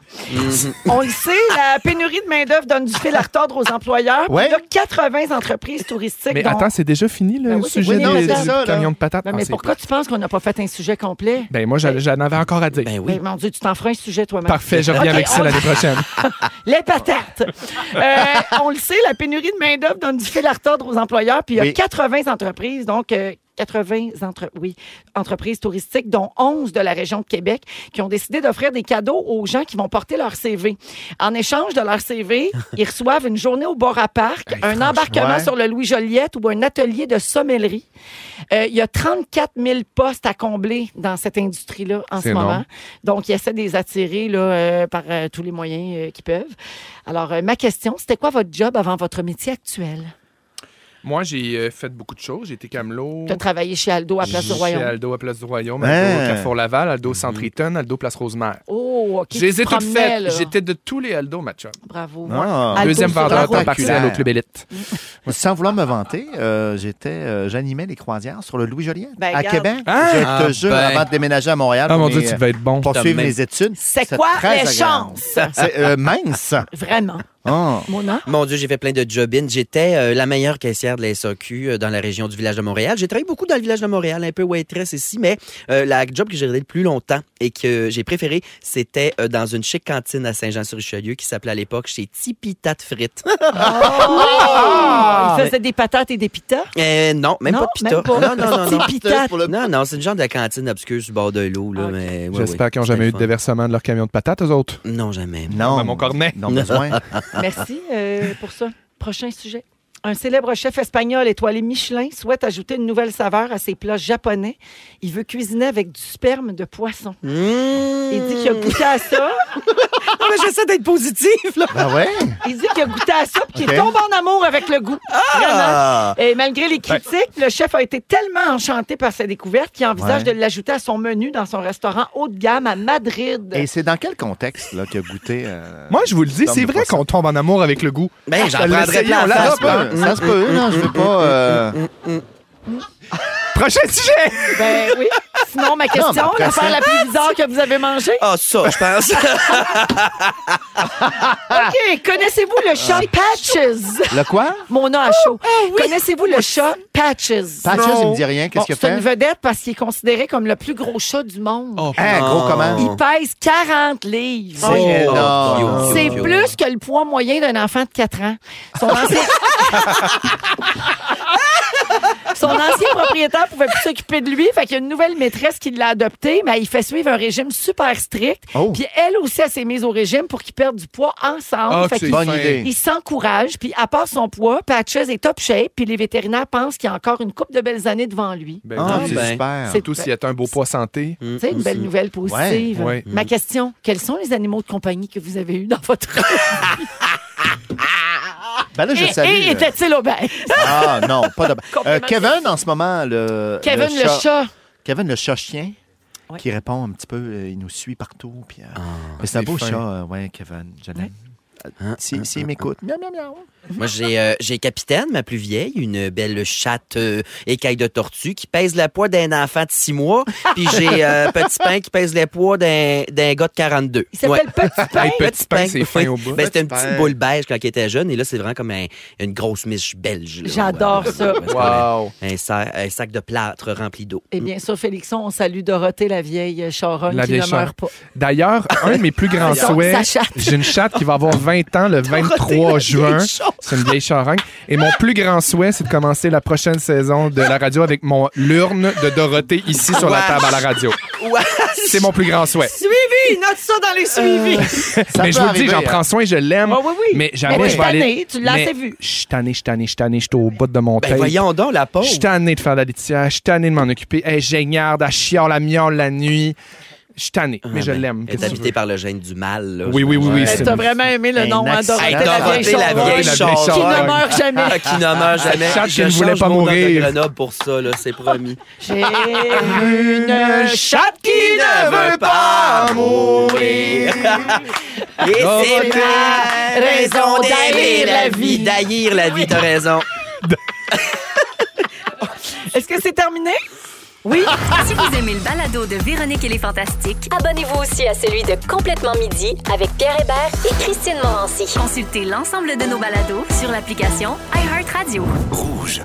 Speaker 3: On le sait, la pénurie de main-d'œuvre donne du fil à retordre aux employeurs.
Speaker 13: Ouais.
Speaker 3: Il y a 80 entreprises touristiques.
Speaker 13: Mais
Speaker 3: dont-
Speaker 13: attends, c'est déjà fini le
Speaker 3: Ben oui, c'est
Speaker 13: sujet
Speaker 3: fini,
Speaker 13: des-
Speaker 3: mais
Speaker 13: du
Speaker 3: c'est ça, là.
Speaker 13: camion de patates?
Speaker 3: Ben,
Speaker 13: Ah,
Speaker 3: mais
Speaker 13: c'est
Speaker 3: pourquoi
Speaker 13: plate.
Speaker 3: tu penses qu'on n'a pas fait un sujet complet?
Speaker 13: Ben moi, j'en j'en avais encore à dire. Ben
Speaker 3: Ben, mon Dieu, tu t'en feras un sujet toi-même.
Speaker 13: Parfait, je reviens
Speaker 3: Ok,
Speaker 13: avec ça
Speaker 3: on-
Speaker 13: l'année prochaine.
Speaker 3: Les patates. Euh, on le sait, la pénurie de main-d'œuvre donne du fil à retordre aux employeurs. Puis il y a
Speaker 14: Oui.
Speaker 3: 80 entreprises, donc euh, 80 entre, oui, entreprises touristiques, dont 11 de la région de Québec, qui ont décidé d'offrir des cadeaux aux gens qui vont porter leur CV. En échange de leur CV, ils reçoivent une journée au bord à parc, un embarquement
Speaker 14: ouais.
Speaker 3: sur le Louis-Joliette ou un atelier de sommellerie. Euh, il y a 34 000 postes à combler dans cette industrie-là en ce
Speaker 13: C'est
Speaker 3: moment.
Speaker 13: énorme.
Speaker 3: Donc, ils essaient de les attirer là, euh, par euh, tous les moyens euh, qu'ils peuvent. Alors, euh, ma question, c'était quoi votre job avant votre métier actuel?
Speaker 13: Moi, j'ai euh, fait beaucoup de choses. J'ai été camelot.
Speaker 3: Tu as travaillé chez Aldo à Place du
Speaker 13: Oh. J'ai
Speaker 3: Royaume.
Speaker 13: Aldo à Place du Royaume,
Speaker 14: Hein?
Speaker 13: Aldo à Carrefour-Laval, Aldo Centre-Eaton, Aldo Place Rosemère.
Speaker 3: Oh, OK.
Speaker 13: Je les
Speaker 3: tu
Speaker 13: ai
Speaker 3: te
Speaker 13: toutes
Speaker 3: promenais,
Speaker 13: faites.
Speaker 3: là.
Speaker 13: J'étais de tous les Aldo, ma chum.
Speaker 3: Bravo.
Speaker 14: Ah.
Speaker 3: Aldo
Speaker 13: Deuxième
Speaker 3: sur
Speaker 13: vendeur
Speaker 3: la
Speaker 13: à temps
Speaker 3: route.
Speaker 13: partiel au Club Élite.
Speaker 14: Sans vouloir me vanter, euh, j'étais, euh, j'animais les croisières sur le Louis-Jolien
Speaker 3: Ben,
Speaker 14: à
Speaker 3: regarde.
Speaker 14: Québec.
Speaker 13: Ah!
Speaker 14: je
Speaker 13: Ah,
Speaker 14: te jure,
Speaker 13: ben.
Speaker 14: avant de déménager à Montréal,
Speaker 13: Ah, mon
Speaker 14: pour
Speaker 13: Dieu,
Speaker 14: mes-
Speaker 13: tu devais être bon.
Speaker 14: pour
Speaker 13: T'as
Speaker 14: suivre
Speaker 13: même-
Speaker 14: mes études.
Speaker 3: C'est
Speaker 14: C'était
Speaker 3: quoi
Speaker 14: très
Speaker 3: les
Speaker 14: agréable.
Speaker 3: chances?
Speaker 14: C'est euh, mince.
Speaker 3: Vraiment.
Speaker 14: Ah.
Speaker 3: Mona?
Speaker 12: Mon Dieu, j'ai fait plein de job-in. J'étais euh, la meilleure caissière de la SAQ euh, dans la région du village de Montréal. J'ai travaillé beaucoup dans le village de Montréal, un peu waitress ici, mais euh, la job que j'ai gardée le plus longtemps et que j'ai préférée, c'était euh, dans une chic cantine à Saint-Jean-sur-Richelieu qui s'appelait à l'époque chez Tipi Tat Frites.
Speaker 13: Ah!
Speaker 14: Ah!
Speaker 3: Oh! Il faisait des patates et des pitas.
Speaker 12: Ah! Euh, non, même
Speaker 3: Non,
Speaker 12: pas de pita.
Speaker 3: même pas.
Speaker 12: Non, non, non. non.
Speaker 3: Petit pitate.
Speaker 12: Non, non, c'est une genre de cantine obscure sur le bord de l'eau, là, mais... ouais,
Speaker 13: J'espère
Speaker 12: ouais,
Speaker 13: qu'ils n'ont
Speaker 12: c'était
Speaker 13: jamais eu
Speaker 12: le
Speaker 13: de
Speaker 12: fun.
Speaker 13: déversement de leur camion de patates, eux autres.
Speaker 12: Non, jamais.
Speaker 14: Non.
Speaker 13: Ben, mon cornet.
Speaker 14: Non besoin.
Speaker 3: Merci euh, pour ça. Prochain sujet. Un célèbre chef espagnol étoilé Michelin souhaite ajouter une nouvelle saveur à ses plats japonais. Il veut cuisiner avec du sperme de poisson. Il dit qu'il a goûté à ça.
Speaker 12: Ah, Mmh. mais j'essaie d'être positif, là.
Speaker 14: Ben ouais.
Speaker 3: Il dit qu'il a goûté à ça puis qu'il
Speaker 14: Ok.
Speaker 3: tombe en amour avec le goût.
Speaker 12: Ah!
Speaker 3: Vraiment. Et malgré les
Speaker 14: Ben
Speaker 3: critiques, le chef a été tellement enchanté par sa découverte qu'il envisage
Speaker 14: Ouais.
Speaker 3: de l'ajouter à son menu dans son restaurant haut de gamme à Madrid.
Speaker 14: Et c'est dans quel contexte là, qu'il a goûté? euh,
Speaker 13: Moi, je vous le dis,
Speaker 14: Tom
Speaker 13: c'est
Speaker 14: de
Speaker 13: vrai
Speaker 14: poisson.
Speaker 13: qu'on tombe en amour avec le goût. Euh,
Speaker 12: Ben, j'en
Speaker 13: Je l'ai
Speaker 12: prendrais
Speaker 13: essayé,
Speaker 12: plein
Speaker 13: on
Speaker 12: en
Speaker 13: l'a
Speaker 12: face,
Speaker 13: pas.
Speaker 12: là.
Speaker 14: Ça se
Speaker 13: hein.
Speaker 14: peut, non, je veux pas. euh,
Speaker 13: Prochain sujet!
Speaker 3: Ben oui. Sinon, ma question,
Speaker 14: mais après
Speaker 3: l'affaire
Speaker 14: ça-
Speaker 3: la plus bizarre que vous avez mangée.
Speaker 12: Ah, ça, je pense.
Speaker 3: OK. Connaissez-vous
Speaker 14: Ah.
Speaker 3: le chat Patches?
Speaker 14: Le quoi?
Speaker 3: Mon nom à chaud. Connaissez-vous le chat Patches?
Speaker 14: Patches, il me dit rien.
Speaker 3: Bon,
Speaker 14: Qu'est-ce qu'il a
Speaker 3: c'est une
Speaker 14: fait?
Speaker 3: vedette parce qu'il est considéré comme le plus gros chat du monde.
Speaker 14: Hein, gros comment?
Speaker 3: Il pèse 40 livres.
Speaker 14: C'est
Speaker 12: Oh,
Speaker 14: énorme.
Speaker 3: C'est
Speaker 12: yo, yo.
Speaker 3: plus que le poids moyen d'un enfant de 4 ans. Son ancien... Son ancien propriétaire pouvait plus s'occuper de lui, fait qu'il y a une nouvelle maîtresse qui l'a adopté, mais il fait suivre un régime super strict.
Speaker 14: Oh.
Speaker 3: Puis elle aussi, elle s'est mise au régime pour qu'ils perdent du poids ensemble.
Speaker 13: Ah,
Speaker 3: Fait
Speaker 13: c'est
Speaker 3: qu'ils-
Speaker 14: Bonne
Speaker 13: fin.
Speaker 14: idée.
Speaker 3: il s'encourage, puis à part son poids, Patches est top shape, puis les vétérinaires pensent qu'il y a encore une coupe de belles années devant lui.
Speaker 13: Ben,
Speaker 14: Ah,
Speaker 13: oui.
Speaker 14: c'est
Speaker 12: ben.
Speaker 14: super.
Speaker 3: C'est- Mm,
Speaker 13: Surtout s'il y a un beau poids santé.
Speaker 3: Tu sais, une belle nouvelle positive.
Speaker 13: Ouais, Mm. ouais.
Speaker 3: Ma question, quels sont les animaux de compagnie que vous avez eus dans votre...
Speaker 14: Ben là, je
Speaker 3: et,
Speaker 14: salue,
Speaker 3: et
Speaker 14: euh,
Speaker 3: était-il obèse?
Speaker 14: Ah non, pas de... Euh, Kevin, en ce moment, le.
Speaker 3: Kevin le chat.
Speaker 14: Kevin le chat chien. Qui répond un petit peu, euh, il nous suit partout. Puis, euh, mais c'est un
Speaker 12: c'est
Speaker 14: beau
Speaker 12: fin.
Speaker 14: chat, euh, ouais, Kevin, je l'aime.
Speaker 12: Hein,
Speaker 14: Si-
Speaker 12: hein,
Speaker 14: S'il
Speaker 12: hein,
Speaker 14: m'écoute.
Speaker 12: hein. Moi, j'ai euh, j'ai Capitaine, ma plus vieille, une belle chatte euh, écaille de tortue qui pèse le poids d'un enfant de 6 mois. Puis j'ai euh, Petit Pain qui pèse le poids d'un d'un gars de 42. Il
Speaker 3: s'appelle Petit Pain? Hey,
Speaker 12: Petit
Speaker 3: Petit Pain,
Speaker 12: Pain,
Speaker 3: c'est fin au bout.
Speaker 12: Ben, C'était une
Speaker 3: Petit
Speaker 12: petite
Speaker 3: Pain.
Speaker 12: boule beige quand il était jeune. Et là, c'est vraiment comme un- une grosse miche belge. là.
Speaker 3: J'adore
Speaker 12: Ouais.
Speaker 3: ça.
Speaker 12: Ouais, c'est comme un- Un, sac, un sac de plâtre rempli d'eau.
Speaker 3: Et Eh bien sûr, Félixon, on salue Dorothée, la vieille charogne
Speaker 13: La
Speaker 3: qui
Speaker 13: vieille
Speaker 3: ne meurt pas.
Speaker 13: chatte. D'ailleurs, un de mes plus grands
Speaker 3: Sa
Speaker 13: souhaits,
Speaker 3: chatte.
Speaker 13: j'ai une chatte qui va avoir 20 ans le 23 juin. C'est une vieille charogne. Et mon plus grand souhait, c'est de commencer la prochaine saison de la radio avec mon l'urne de Dorothée ici sur la
Speaker 12: Wesh.
Speaker 13: table à la radio. C'est mon plus grand souhait.
Speaker 3: Suivi! Note ça dans les suivis! Ça
Speaker 13: mais
Speaker 3: peut
Speaker 13: je vous le dis,
Speaker 3: arriver,
Speaker 13: j'en
Speaker 3: hein.
Speaker 13: prends soin, je l'aime.
Speaker 3: Ah oui, oui.
Speaker 13: Mais
Speaker 3: Mais
Speaker 13: jamais je
Speaker 3: t'es
Speaker 13: vais
Speaker 3: tanné,
Speaker 13: aller.
Speaker 3: tu l'as
Speaker 13: Mais
Speaker 3: assez vu.
Speaker 13: Je suis tanné, je suis tanné, je suis tanné, je suis au bout de mon
Speaker 12: Ben,
Speaker 13: tape.
Speaker 12: voyons donc, la pauvre.
Speaker 13: Je suis tanné de faire de la litière, je suis tanné de m'en occuper. Elle géniarde, elle chiale, elle miaule la nuit. Je suis tanné, mais je
Speaker 12: ben,
Speaker 13: l'aime.
Speaker 12: Elle est
Speaker 13: Qu'est-ce que tu
Speaker 12: habitée
Speaker 13: veux?
Speaker 12: par le gène du mal. là.
Speaker 13: Oui, oui, oui, oui,
Speaker 12: Ouais.
Speaker 13: c'est
Speaker 3: T'as vraiment aimé le
Speaker 12: Un
Speaker 3: nom, hein, Dorothée,
Speaker 12: Hey,
Speaker 3: la vieille
Speaker 12: Dorothée, la
Speaker 3: charogne.
Speaker 12: vieille charogne.
Speaker 3: Qui ne meurt jamais.
Speaker 12: qui ne meurt
Speaker 3: Cette
Speaker 12: jamais.
Speaker 3: chatte
Speaker 12: Je
Speaker 3: qui ne
Speaker 12: change
Speaker 3: voulait pas
Speaker 12: mon nom de
Speaker 3: mourir.
Speaker 12: Grenoble pour ça, là, c'est promis.
Speaker 3: J'ai une chatte qui ne veut pas mourir.
Speaker 12: Ah, Et c'est
Speaker 3: Dorothée.
Speaker 12: ma raison d'haïr la vie. D'haïr la vie, t'as raison.
Speaker 3: Est-ce que c'est terminé?
Speaker 1: Oui. si vous aimez le balado de Véronique et les Fantastiques,
Speaker 2: Abonnez-vous aussi à celui de Complètement Midi avec Pierre Hébert et Christine Morancy.
Speaker 1: consultez l'ensemble de nos balados sur l'application iHeartRadio.
Speaker 15: Rouge.